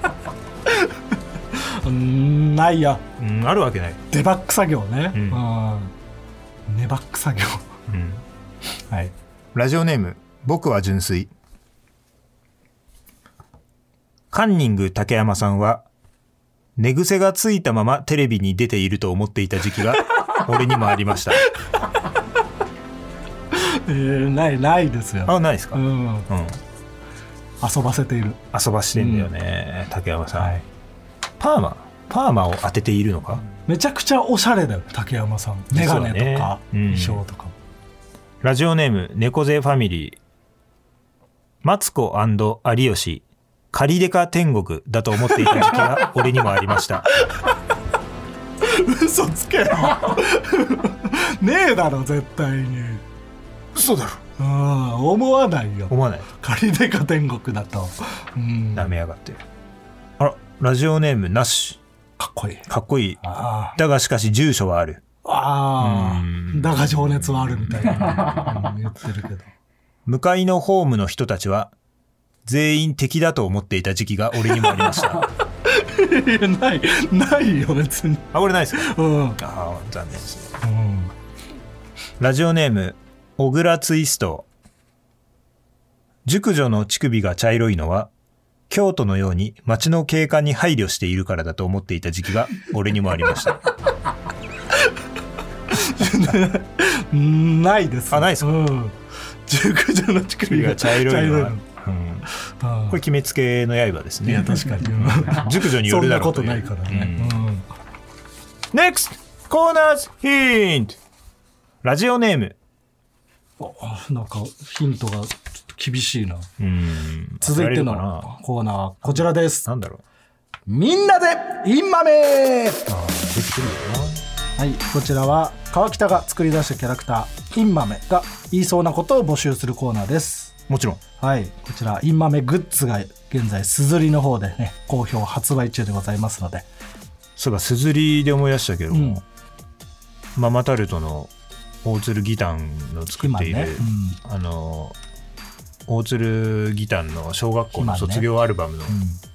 Speaker 3: うんないや
Speaker 2: うん、あるわけない、
Speaker 3: デバッグ作業ね、
Speaker 2: うん
Speaker 3: うんネバッグ作業
Speaker 2: うん、
Speaker 3: はい
Speaker 2: ラジオネーム僕は純粋カンニング竹山さんは寝癖がついたままテレビに出ていると思っていた時 期が俺にもありました
Speaker 3: えーないないですよ、
Speaker 2: あないですか、
Speaker 3: う
Speaker 2: うん、
Speaker 3: ん、
Speaker 2: 遊
Speaker 3: 遊ばせている
Speaker 2: ばしてんだよね、竹山さん、
Speaker 3: はい
Speaker 2: パーマパーマを当てているのか
Speaker 3: めちゃくちゃおしゃれだよ竹山さん眼鏡とか
Speaker 2: そうねうん
Speaker 3: 衣装とかも、
Speaker 2: ラジオネーム猫背ファミリーマツコ有吉カリデカ天国だと思っていた時期が俺にもありました
Speaker 3: 嘘 つけよねえだろ絶対に
Speaker 4: 嘘だろ
Speaker 3: うん思わないよ
Speaker 2: 思わない
Speaker 3: 仮でか天国だと、うん、
Speaker 2: 舐
Speaker 3: か
Speaker 2: めやがってあらラジオネームなし
Speaker 3: っこいい
Speaker 2: かっこいい
Speaker 3: あ
Speaker 2: だがしかし住所はある
Speaker 3: ああ
Speaker 2: う
Speaker 3: あ
Speaker 2: ん
Speaker 3: だが情熱はあるみたいな、うん言ってるけど
Speaker 2: 向かいのホームの人たちは全員敵だと思っていた時期が俺にもありました
Speaker 3: いや ないないよ別に
Speaker 2: あこれないです か
Speaker 3: うん、うん、
Speaker 2: あー残念ですねラジオネーム小倉ツイスト熟女の乳首が茶色いのは京都のように街の景観に配慮しているからだと思っていた時期が俺にもありました
Speaker 3: うんないです
Speaker 2: あないですか
Speaker 3: うん熟女の乳首が
Speaker 2: 茶色いのは
Speaker 3: 茶、
Speaker 2: うん
Speaker 3: のうん
Speaker 2: これ決めつけの刃です
Speaker 3: いや
Speaker 2: ね
Speaker 3: 確かに
Speaker 2: 熟女によ
Speaker 3: そ
Speaker 2: る
Speaker 3: ん
Speaker 2: だ
Speaker 3: な
Speaker 2: ろ
Speaker 3: こ
Speaker 2: う
Speaker 3: と
Speaker 2: いう
Speaker 3: ないからね、
Speaker 2: うん
Speaker 3: うん
Speaker 2: NEXT コーナーズヒントラジオネーム
Speaker 3: あなんかヒントがちょっと厳しいな
Speaker 2: うん当た
Speaker 3: 続いて
Speaker 2: られるか
Speaker 3: のコーナーこちらです
Speaker 2: ななんだろう
Speaker 3: みんなでインマメ
Speaker 2: あーできてるよ
Speaker 3: はい、こちらは川北が作り出したキャラクターインマメが言いそうなことを募集するコーナーです
Speaker 2: なもちろん
Speaker 3: はいこちらインマメグッズが現在すずりの方でね好評発売中でございますので
Speaker 2: そうかすずりで思い出したけども、
Speaker 3: うん
Speaker 2: ママタルトの大鶴ギタンの作っ
Speaker 3: 今
Speaker 2: ている、
Speaker 3: ね、
Speaker 2: あの大鶴ギタンの小学校の卒業アルバムの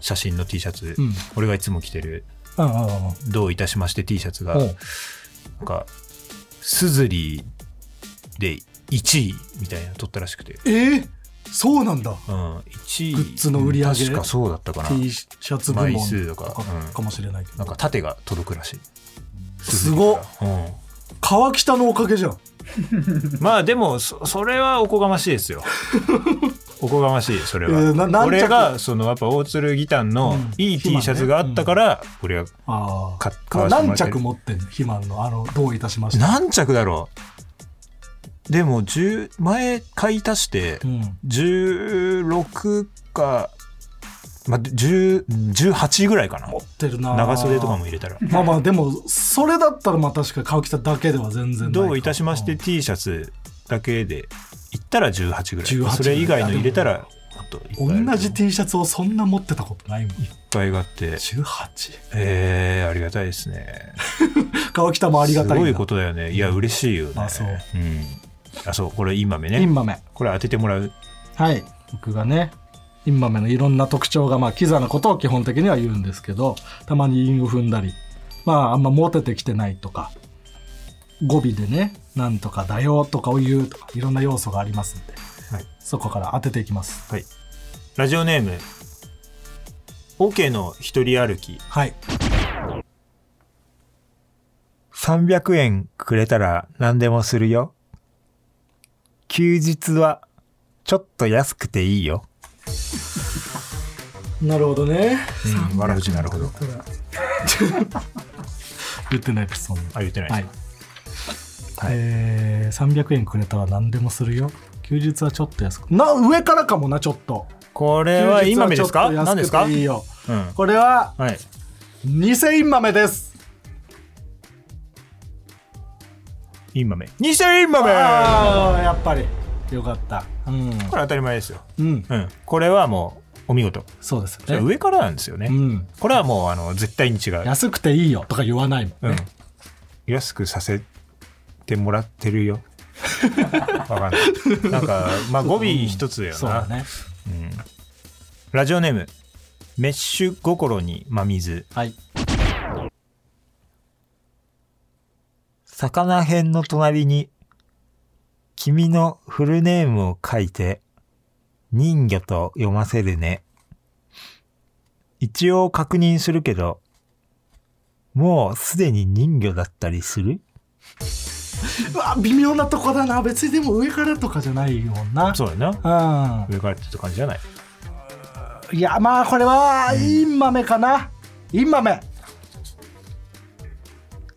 Speaker 2: 写真の T シャツ、
Speaker 3: うん
Speaker 2: 俺がいつも着てる
Speaker 3: うん、うんうんうん
Speaker 2: 「どういたしまして」T シャツが、
Speaker 3: うん
Speaker 2: なんかすずりで1位みたいなの取ったらしくて、
Speaker 3: えー、そうなんだ
Speaker 2: うん、1位
Speaker 3: グッズの売り上げ
Speaker 2: 確かそうだったかな
Speaker 3: T シャツ部門
Speaker 2: 枚数とかうん
Speaker 3: かもしれないけど、
Speaker 2: なんか縦が届くらしい
Speaker 3: すごっ
Speaker 2: すずりがうん
Speaker 3: 川北のおかげじゃん
Speaker 2: まあでもそそれはおこがましいです よおこがましいそれは、
Speaker 3: えーな何着
Speaker 2: 俺がそのやっぱ大鶴ギタン
Speaker 3: う
Speaker 2: の
Speaker 3: ん
Speaker 2: いい T シャツがあったから、俺は
Speaker 3: あ
Speaker 2: か買
Speaker 3: あ
Speaker 2: わせてもらっ
Speaker 3: 何
Speaker 2: てる
Speaker 3: 着持ってんの肥満のあのどういたしました
Speaker 2: 何着だろうでも10前買い足して
Speaker 3: うん
Speaker 2: 16か、まあ、10 18ぐらいか
Speaker 3: 持
Speaker 2: な
Speaker 3: ってるな
Speaker 2: 長袖とかも入れたら
Speaker 3: まあまあでもそれだったらまあ確かに川北だけでは全然ないか
Speaker 2: どういたしまして T シャツだけでいったら18ぐらい
Speaker 3: 18ぐらい
Speaker 2: それ以外の入れたらもっといっぱいある
Speaker 3: 同じ T シャツをそんな持ってたことないもん
Speaker 2: いっぱいがあって
Speaker 3: 18
Speaker 2: えー、ありがたいですね。
Speaker 3: 川北もありがたい
Speaker 2: す
Speaker 3: な
Speaker 2: ごいことだよね。いや、嬉しいよね。。
Speaker 3: あそうん
Speaker 2: あ、そう、これ、インマメ
Speaker 3: イ
Speaker 2: ね。
Speaker 3: ンマメ
Speaker 2: これ当ててもらう。
Speaker 3: はい僕がねインマメのいろんな特徴がまあキザなことを基本的には言うんですけどたまに韻を踏んだりまああんまモテてきてないとか語尾でね「なんとかだよ」とかを言うとかいろんな要素がありますんで、
Speaker 2: はい
Speaker 3: そこから当てていきます
Speaker 2: はい。ラジオネーム、オケの一人歩き。
Speaker 3: はい
Speaker 2: 300円くれたら何でもするよ。休日は、ちょっと安くていいよ。
Speaker 3: なるほどね
Speaker 2: うん、わらふじなるほど。
Speaker 3: 言ってないですそんな
Speaker 2: あ、言ってない。
Speaker 3: はい。えー、300円くれたら何でもするよ。休日はちょっと安く。な、上からかもな、ちょっと。
Speaker 2: こ
Speaker 3: 休
Speaker 2: れ
Speaker 3: 日
Speaker 2: は、インマメ
Speaker 3: ちょ
Speaker 2: で
Speaker 3: っ
Speaker 2: す
Speaker 3: と
Speaker 2: か
Speaker 3: 安くて
Speaker 2: 何ですか
Speaker 3: いいよ。
Speaker 2: うん。
Speaker 3: これは、
Speaker 2: はい。
Speaker 3: 偽インマメです。
Speaker 2: インマメ。偽インマメ
Speaker 3: ああ、やっぱり。よかった。うん。
Speaker 2: これ当たり前ですよ。
Speaker 3: うん。
Speaker 2: うん。これはもう、お見事。
Speaker 3: そうです
Speaker 2: それ
Speaker 3: よね。
Speaker 2: 上からなんですよね、
Speaker 3: うん。
Speaker 2: これはもうあの絶対に違う、
Speaker 3: 安くていいよとか言わないもん。
Speaker 2: うん、安くさせてもらってる よわかんないなんかまあ語尾一つだよ
Speaker 3: そう
Speaker 2: な、
Speaker 3: だね。
Speaker 2: ラジオネームメッシュ心に真水
Speaker 3: はい。
Speaker 2: 魚編の隣に君のフルネームを書いて人魚と読ませるね一応確認するけどもうすでに人魚だったりする
Speaker 3: うわ、微妙なとこだな。別にでも上からとかじゃないもんな。
Speaker 2: そうやな
Speaker 3: うん。
Speaker 2: 上からって言った感じじゃない
Speaker 3: いや、まあ、これは、インマメかな。インマメ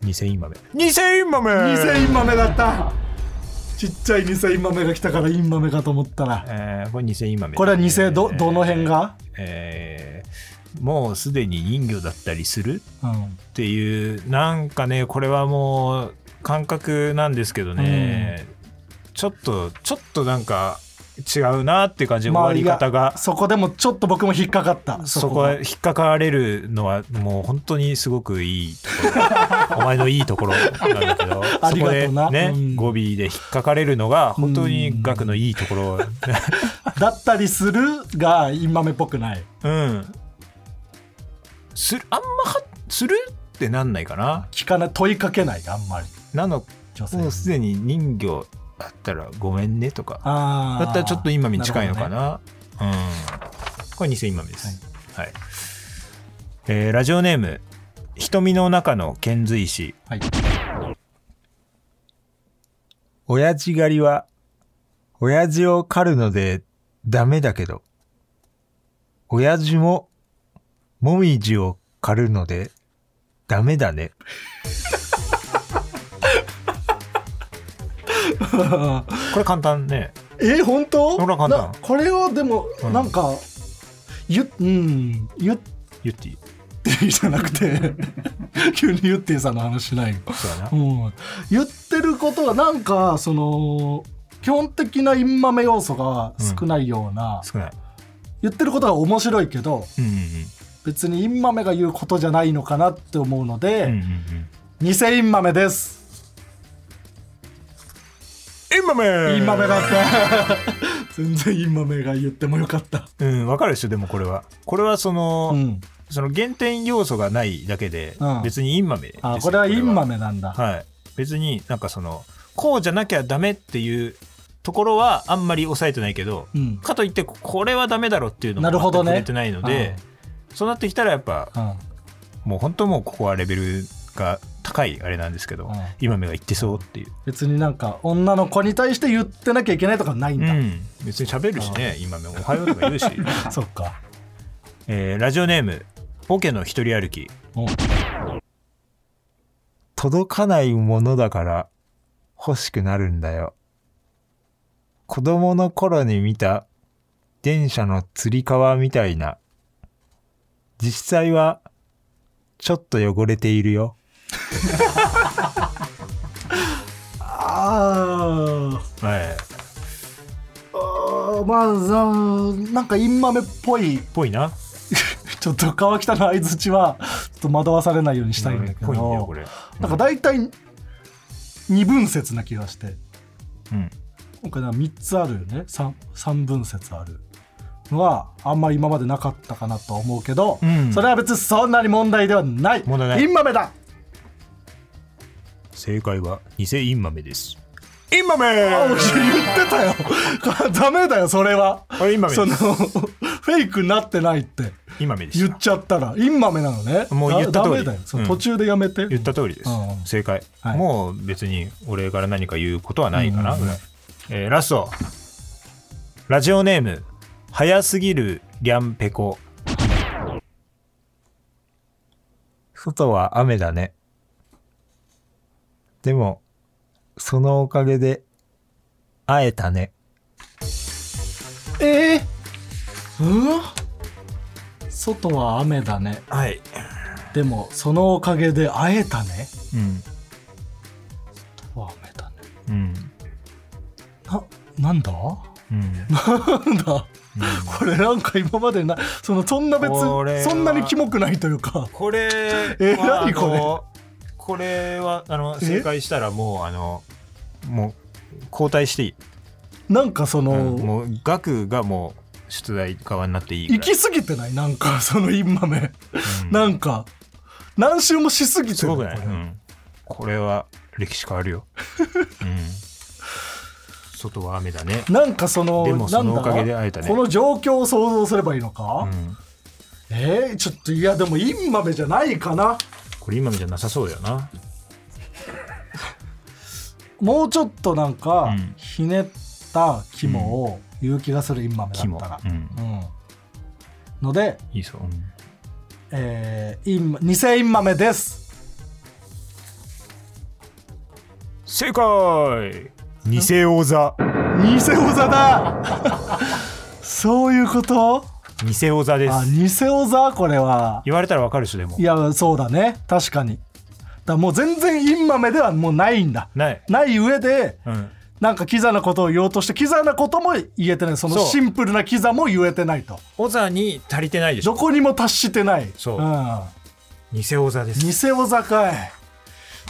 Speaker 2: 2000今目。
Speaker 3: 2000インマメ2000インマメだったちっちゃい2000インマメが来たからインマメかと思ったら
Speaker 2: えー、これ2000今目。
Speaker 3: これは2000どどの辺が、
Speaker 2: えーもうすでに人魚だったりする
Speaker 3: うん
Speaker 2: っていうなんかねこれはもう感覚なんですけどね、ちょっとちょっとなんか違うなっていう感じで
Speaker 3: まあ
Speaker 2: 終わり方が、
Speaker 3: そこでもちょっと僕も引っかかった
Speaker 2: そこは引っかかれるのはもう本当にすごくいいと ころお前のいいところなんだけど
Speaker 3: あ
Speaker 2: そ
Speaker 3: り
Speaker 2: こ
Speaker 3: がと
Speaker 2: で
Speaker 3: うな
Speaker 2: ね、
Speaker 3: うん
Speaker 2: 語尾で引っかかれるのが本当に額のいいところ
Speaker 3: だったりするがインマメっぽくない
Speaker 2: うん。する、あんまは、するってなんないかな。
Speaker 3: 聞かない問いかけないあんまり
Speaker 2: なの、
Speaker 3: 女性に
Speaker 2: もうすでに人魚だったらごめんねとか。
Speaker 3: あー
Speaker 2: だったらちょっと今に近いのか
Speaker 3: る
Speaker 2: な。うん。これ2000今目です。はい。えーラジオネーム、瞳の中の遣隋使。
Speaker 3: ほどね
Speaker 2: 親父狩りは、親父を狩るのでダメだけど、親父も、もみじを狩るのでダメだね。
Speaker 3: はい
Speaker 2: これ簡単ね。
Speaker 3: え本当
Speaker 2: ほら簡単
Speaker 3: なこれをでも
Speaker 2: うん
Speaker 3: なんか、ゆうんゆっ
Speaker 2: 言っていい。
Speaker 3: てぃじゃなくて 急にゆってぃさんの話しないよ
Speaker 2: そうだな
Speaker 3: う。ん、言ってることがなんかその基本的なインマメ要素が少ないような、
Speaker 2: 少ない。
Speaker 3: 言ってることが面白いけど
Speaker 2: うんうん
Speaker 3: 別にインマメが言うことじゃないのかなって思うので、
Speaker 2: うん。うんうん
Speaker 3: 偽インマメです
Speaker 2: うん。インマメ
Speaker 3: インマメだった 全然インマメが言ってもよかった、
Speaker 2: うん、わかるでしょ、でもこれは。これはその、
Speaker 3: うん、
Speaker 2: その原点要素がないだけで、
Speaker 3: うん
Speaker 2: 別にインマメですよ。
Speaker 3: あこれはインマメなんだ、
Speaker 2: はい。別になんかその、こうじゃなきゃダメっていうところはあんまり抑えてないけど、
Speaker 3: うん
Speaker 2: かといって、これはダメだろっていうのも
Speaker 3: なるほどね
Speaker 2: 全く触れてないので、そうなってきたらやっぱ、
Speaker 3: うん
Speaker 2: もう本当もうここはレベルが高いあれなんですけど、
Speaker 3: うん
Speaker 2: インマメが言ってそうっていう。
Speaker 3: 別になんか女の子に対して言ってなきゃいけないとかないん
Speaker 2: う
Speaker 3: だ、
Speaker 2: ん。別に喋るしね、インマメ。おはようとか言 うし。
Speaker 3: そっか
Speaker 2: えーラジオネームオケの一人歩き
Speaker 3: うん
Speaker 2: 届かないものだから欲しくなるんだよ子供の頃に見た電車のつり革みたいな実際はちょっと汚れているよ
Speaker 3: あー
Speaker 2: はい
Speaker 3: あーまあうんなんかインマメっぽい
Speaker 2: ぽいな
Speaker 3: ちょっと川北の相づちはちょっと惑わされないようにしたいんだけ
Speaker 2: ぽいんだよ
Speaker 3: ど
Speaker 2: これ
Speaker 3: なんか大体二分節な気がして
Speaker 2: うん
Speaker 3: 今回なんか3つあるよね 3, 三分節あるのはあんまり今までなかったかなとは思うけど、
Speaker 2: うん
Speaker 3: それは別にそんなに問題ではない
Speaker 2: 問題ない
Speaker 3: インマメだ
Speaker 2: 正解は偽インマメです
Speaker 3: インマメ言ってたよ ダメだよそれは
Speaker 2: あれインマメ
Speaker 3: そ
Speaker 2: で
Speaker 3: の
Speaker 2: す
Speaker 3: フェイクになってないって
Speaker 2: インマメでし
Speaker 3: 言
Speaker 2: た
Speaker 3: っちゃったらインマメなのね
Speaker 2: もう言った通り
Speaker 3: だダメだよ、そう
Speaker 2: うん
Speaker 3: 途中でやめて
Speaker 2: 言った通りです、
Speaker 3: うんうん
Speaker 2: 正解、
Speaker 3: はい
Speaker 2: もう別に俺から何か言うことはないかな、
Speaker 3: うんうんうん
Speaker 2: えーラストラジオネーム「早すぎるりゃんぺこ」外は雨だねでもそのおかげで会えたね
Speaker 3: えー、うん外は雨だね
Speaker 2: はい、
Speaker 3: でもそのおかげで会えたね
Speaker 2: うん
Speaker 3: 外は雨だね
Speaker 2: うん
Speaker 3: ななんだ
Speaker 2: うん、
Speaker 3: なんだこれなんか今までなそのそんな別
Speaker 2: これは
Speaker 3: そんなにキモくないというか
Speaker 2: これ
Speaker 3: え
Speaker 2: は
Speaker 3: 何これ
Speaker 2: あのこれはあの
Speaker 3: え
Speaker 2: 正解したらもうあのもう交代していい、
Speaker 3: なんかその、
Speaker 2: うんもう額がもう出題側になっていいぐら
Speaker 3: 行
Speaker 2: い
Speaker 3: き過ぎてないなんかそのインマメ
Speaker 2: うん
Speaker 3: なんか何周もしすぎてる
Speaker 2: すごくない、
Speaker 3: こ
Speaker 2: う
Speaker 3: れ
Speaker 2: ん、これは歴史変わる よ、うん、外は雨だね、
Speaker 3: なんかその
Speaker 2: でもその
Speaker 3: なんだ
Speaker 2: おかげで会えたね
Speaker 3: この状況を想像すればいいの
Speaker 2: う
Speaker 3: か、
Speaker 2: ん、
Speaker 3: えー、ちょっといやでもインマメじゃないかな
Speaker 2: これ今のじゃなさそうだよな
Speaker 3: もうちょっとなんか
Speaker 2: うん
Speaker 3: ひねった肝を言う気がするインマメだ
Speaker 2: 肝
Speaker 3: ったら、
Speaker 2: うん
Speaker 3: うんので
Speaker 2: いいそう、うん
Speaker 3: えー、イン2000インマメです
Speaker 2: 正解偽王座
Speaker 3: 偽王座だ そういうこと
Speaker 2: 偽王座で
Speaker 3: あ
Speaker 2: す
Speaker 3: 偽王座これは
Speaker 2: 言われたらわかるでしょでも
Speaker 3: いやそうだね確かにだからもう全然インマメではもうないんだ
Speaker 2: ない
Speaker 3: ない上で
Speaker 2: うん
Speaker 3: なんかキザなことを言おうとしてキザなことも言えてないその
Speaker 2: そう
Speaker 3: シンプルなキザも言えてないと
Speaker 2: 王座に足りてないでし
Speaker 3: ど
Speaker 2: ょ
Speaker 3: こにも達してない
Speaker 2: そう
Speaker 3: うん、
Speaker 2: 偽王座です
Speaker 3: 偽おざかい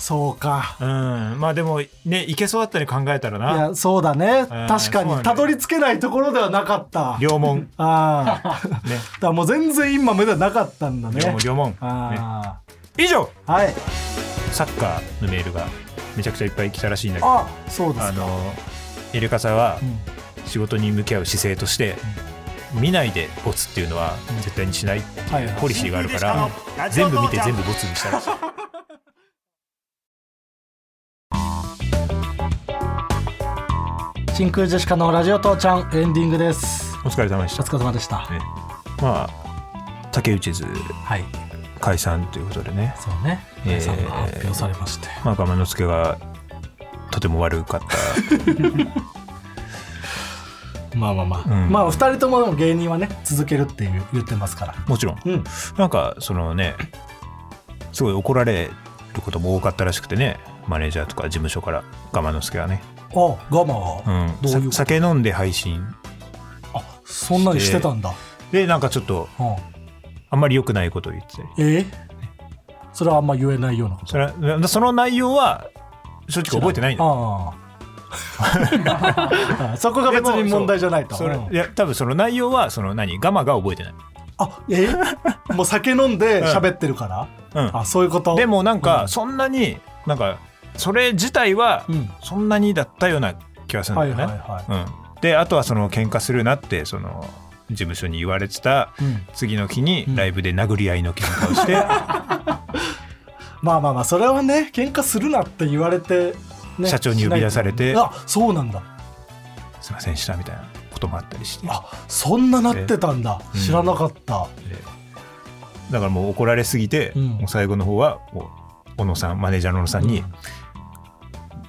Speaker 3: そうか
Speaker 2: うんまあでもねいけそうだったに考えたら
Speaker 3: い
Speaker 2: な
Speaker 3: やそうだね
Speaker 2: うん
Speaker 3: 確か
Speaker 2: そうなんだよ
Speaker 3: にたどり着けないところではなかった
Speaker 2: 両門
Speaker 3: ああだか
Speaker 2: ね
Speaker 3: らもう全然今目ではなかったんだね
Speaker 2: 両門両門ね
Speaker 3: あ
Speaker 2: 以上
Speaker 3: あ、はい
Speaker 2: サッカーのメールがめちゃくちゃいっぱい来たらしいんだけど
Speaker 3: あそうです
Speaker 2: あ
Speaker 3: か
Speaker 2: のエルカサは
Speaker 3: うん
Speaker 2: 仕事に向き合う姿勢として見ないでボツっていうのは絶対にしないって
Speaker 3: はい
Speaker 2: い
Speaker 3: は
Speaker 2: う
Speaker 3: い
Speaker 2: ポリシーがあるから全部見て全部ボツにしたらしい
Speaker 3: 真空ジェシカのラジオ父ちゃんエンディングです
Speaker 2: お疲れ様でした
Speaker 3: お疲れ様でした
Speaker 2: ねまあ竹内図
Speaker 3: はい
Speaker 2: 解散ということでね
Speaker 3: そうね
Speaker 2: えー
Speaker 3: 皆さんが発表されまして
Speaker 2: まあ我之助がとても悪かった
Speaker 3: まあまあまあ、
Speaker 2: うん
Speaker 3: まあ2人ともでも芸人はね続けるっていう言ってますから
Speaker 2: もちろん
Speaker 3: うん
Speaker 2: なんかそのねすごい怒られることも多かったらしくてねマネージャーとか事務所から我之助はね、
Speaker 3: お我慢を、
Speaker 2: うん
Speaker 3: どういうこと
Speaker 2: さ酒飲んで配信
Speaker 3: あそんなにしてたんだ、
Speaker 2: でなんかちょっと
Speaker 3: うん、
Speaker 2: あんまり良くないことを言ってたり
Speaker 3: えそれはあんま言えないようなこと
Speaker 2: それはその内容は正直覚えてないんだよ
Speaker 3: あ あそこが別に問題じゃないと
Speaker 2: それ
Speaker 3: うん
Speaker 2: いや多分その内容はその何ガマが覚えてない、
Speaker 3: あえもう酒飲んで喋ってるから、
Speaker 2: う
Speaker 3: あそういうこと
Speaker 2: ん、でもなん
Speaker 3: う
Speaker 2: か
Speaker 3: ん
Speaker 2: そんなになんかそれ自体は
Speaker 3: うん
Speaker 2: そんなにだったような気がするん
Speaker 3: は
Speaker 2: だ
Speaker 3: い
Speaker 2: よ
Speaker 3: はい
Speaker 2: ね、
Speaker 3: は
Speaker 2: うん、であとはその喧嘩するなってその事務所に言われてた
Speaker 3: い、うん、
Speaker 2: 次の日に
Speaker 3: うん
Speaker 2: ライブで殴り合いの喧嘩を して、
Speaker 3: まあまあまあそれはね喧嘩するなって言われて、ね
Speaker 2: 社長に呼び出されて
Speaker 3: しないとあそうなんだ
Speaker 2: すいませんでしたみたいなこともあったりして
Speaker 3: あそんななってたんだ
Speaker 2: え
Speaker 3: 知らなかった、
Speaker 2: でだからもう怒られすぎて、
Speaker 3: うん
Speaker 2: もう最後の方はもう小野さんマネージャーの小野さんに
Speaker 3: うん
Speaker 2: 「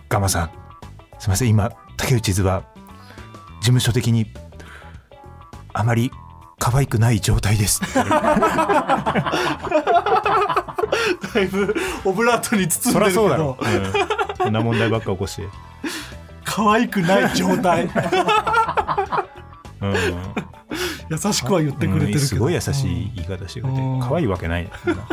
Speaker 2: ガマさんすみません今竹内図は事務所的にあまり可愛くない状態です」
Speaker 3: だいぶオブラートに包
Speaker 2: そ
Speaker 3: ん
Speaker 2: り
Speaker 3: でる
Speaker 2: ゃ
Speaker 3: け
Speaker 2: そうだろ
Speaker 3: ど、
Speaker 2: うんこんな問題ばっか起こして、
Speaker 3: 可愛くない状 態
Speaker 2: うん
Speaker 3: 優しくは言ってくれ
Speaker 2: うん
Speaker 3: てるけど
Speaker 2: すごい優しい言い方してくれて
Speaker 3: うん
Speaker 2: 可愛いわけないそんな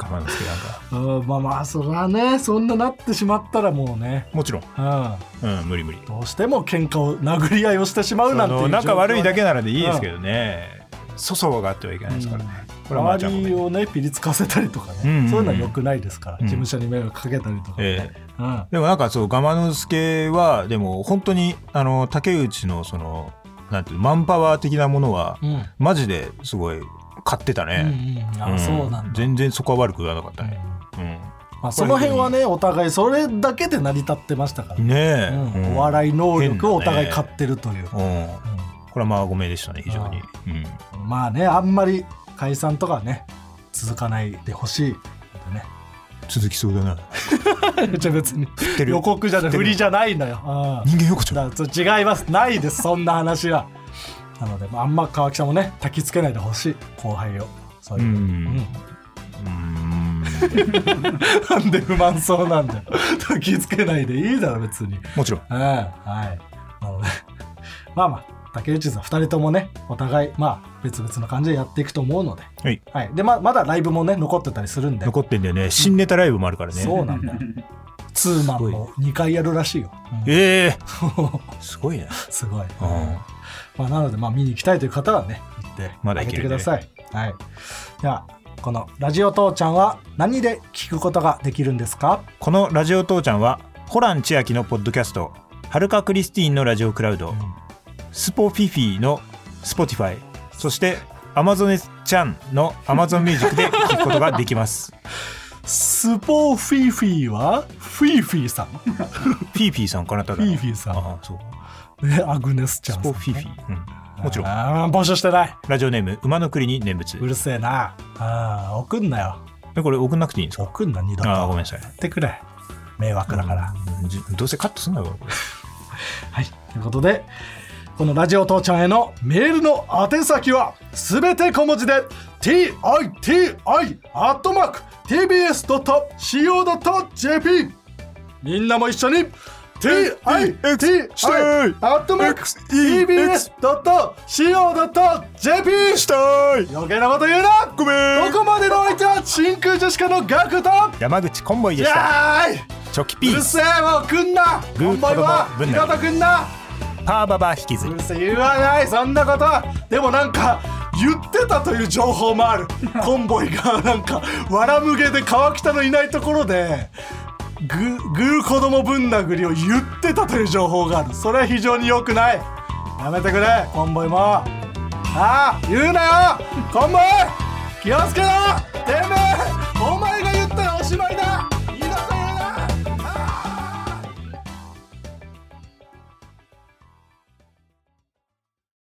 Speaker 2: 我慢ですけどなんか
Speaker 3: うんまあまあそらねそんななってしまったらもうね、
Speaker 2: もちろん、
Speaker 3: うん、
Speaker 2: うん、無理無理
Speaker 3: どうしても喧嘩を殴り合いをしてしまうなんていう
Speaker 2: その
Speaker 3: 状況は
Speaker 2: 仲悪いだけならでいいですけどね、粗相があってはいけないですからね、これはまあちゃ
Speaker 3: 周
Speaker 2: ん
Speaker 3: りをねピリつかせたりとかね、
Speaker 2: うんうんうん
Speaker 3: そういうのは良くないですから、
Speaker 2: うん
Speaker 3: 事務所に迷惑かけたりとかね、
Speaker 2: ええ
Speaker 3: うん
Speaker 2: でもなんかそう我之助はでも本当にあの竹内のそのなんていうマンパワー的なものは
Speaker 3: うん
Speaker 2: マジですごい買ってた
Speaker 3: う
Speaker 2: ね、
Speaker 3: んうんあ
Speaker 2: うん
Speaker 3: そうなんだ、
Speaker 2: 全然そこは悪く言わなかった
Speaker 3: うん
Speaker 2: ね、うん
Speaker 3: まあ、その辺はねお互いそれだけで成り立ってましたから、
Speaker 2: ねえ、
Speaker 3: うんお笑い能力をお互い買
Speaker 2: 買
Speaker 3: ってるという、
Speaker 2: うん、これはまあごめんでしたね非常に
Speaker 3: あうんまあねあんまり解散とかはね続かないでほしいのでね
Speaker 2: 続きそうだな
Speaker 3: じゃあ別に
Speaker 2: てる
Speaker 3: 予告じゃない
Speaker 2: てる
Speaker 3: 振りじゃないのよ。あ
Speaker 2: 人間横
Speaker 3: あ
Speaker 2: 丁
Speaker 3: だからちょ違いますないですそんな話は。なのでまああんま川木さんもね焚きつけないでほしい後輩を。そういうう、
Speaker 2: んうん
Speaker 3: なんで不満そうなんだよ 焚きつけないでいいだろ別に。
Speaker 2: もちろん
Speaker 3: うんはい。なのでまあまあ竹内さん2人ともねお互いまあ別々の感じでやっていくと思うので。
Speaker 2: はい
Speaker 3: はい、でまあまだライブもね残ってたりするんで。
Speaker 2: 残ってんだよね新ネタライブもあるからね、
Speaker 3: そうなんだよ。ツーマンも2回やるらしいよ。うん
Speaker 2: ええ すごいね、
Speaker 3: すごい。
Speaker 2: うん
Speaker 3: まあ、なので、まあ、見に行きたいという方はね、行って
Speaker 2: まだ
Speaker 3: あ
Speaker 2: 行
Speaker 3: げ
Speaker 2: け
Speaker 3: て
Speaker 2: る
Speaker 3: く
Speaker 2: ね
Speaker 3: ださい。はい。では、このラジオ父ちゃんは何で聞くことができるんですか
Speaker 2: このラジオ父ちゃんはホラン千秋のポッドキャストはるかクリスティーンのラジオクラウド、スポフィフィの Spotify そしてアマゾネちゃんの Amazon ミュージック で聞くことができます
Speaker 3: スポーフィーフィーはフィーフィーさん。フ
Speaker 2: フィーフィーさんかなただ
Speaker 3: ィーフィーさん。
Speaker 2: ああそう
Speaker 3: ね、アグネスちゃ
Speaker 2: ス
Speaker 3: んさん、
Speaker 2: ポ
Speaker 3: ね。
Speaker 2: フィフィ、うん
Speaker 3: うん
Speaker 2: もちろん
Speaker 3: あー募集してない
Speaker 2: ラジオネーム馬の栗に念仏
Speaker 3: うるせえなあー送んなよ
Speaker 2: えこれ送んなくていいんですか
Speaker 3: 送んな二度と
Speaker 2: あー
Speaker 3: や
Speaker 2: ごめんなさい
Speaker 3: ってくれ迷惑だから、
Speaker 2: じどうせカットすんなよこれ
Speaker 3: はい、ということでこのラジオ父ちゃんへのメールの宛先はすべて小文字で TITI-TBS.CO.JP みんなも一緒に TITI-TBS.CO.JP
Speaker 4: したい
Speaker 3: 余計なこと言うな
Speaker 4: ごめん
Speaker 3: ここまでのお相手は真空ジェシカのガクと
Speaker 2: 山口コンボイで
Speaker 3: い
Speaker 2: した
Speaker 3: やーい
Speaker 2: チョキピ
Speaker 3: うる
Speaker 2: ー
Speaker 3: せえもう来んな
Speaker 2: グー
Speaker 3: 本番は
Speaker 2: 子供ぶん
Speaker 3: 味
Speaker 2: 殴る
Speaker 3: 方くんな
Speaker 2: パーババ引きず
Speaker 3: う
Speaker 2: り
Speaker 3: るせえ言わないそんなことでもなんか言ってたという情報も あるコンボイがなんかわらむげで川北のいないところでぐぐー子供ぶん殴りを言ってたという情報があるそれは非常に良くないやめてくれコンボイもああ言うなよコンボイ気をつけろてめえお前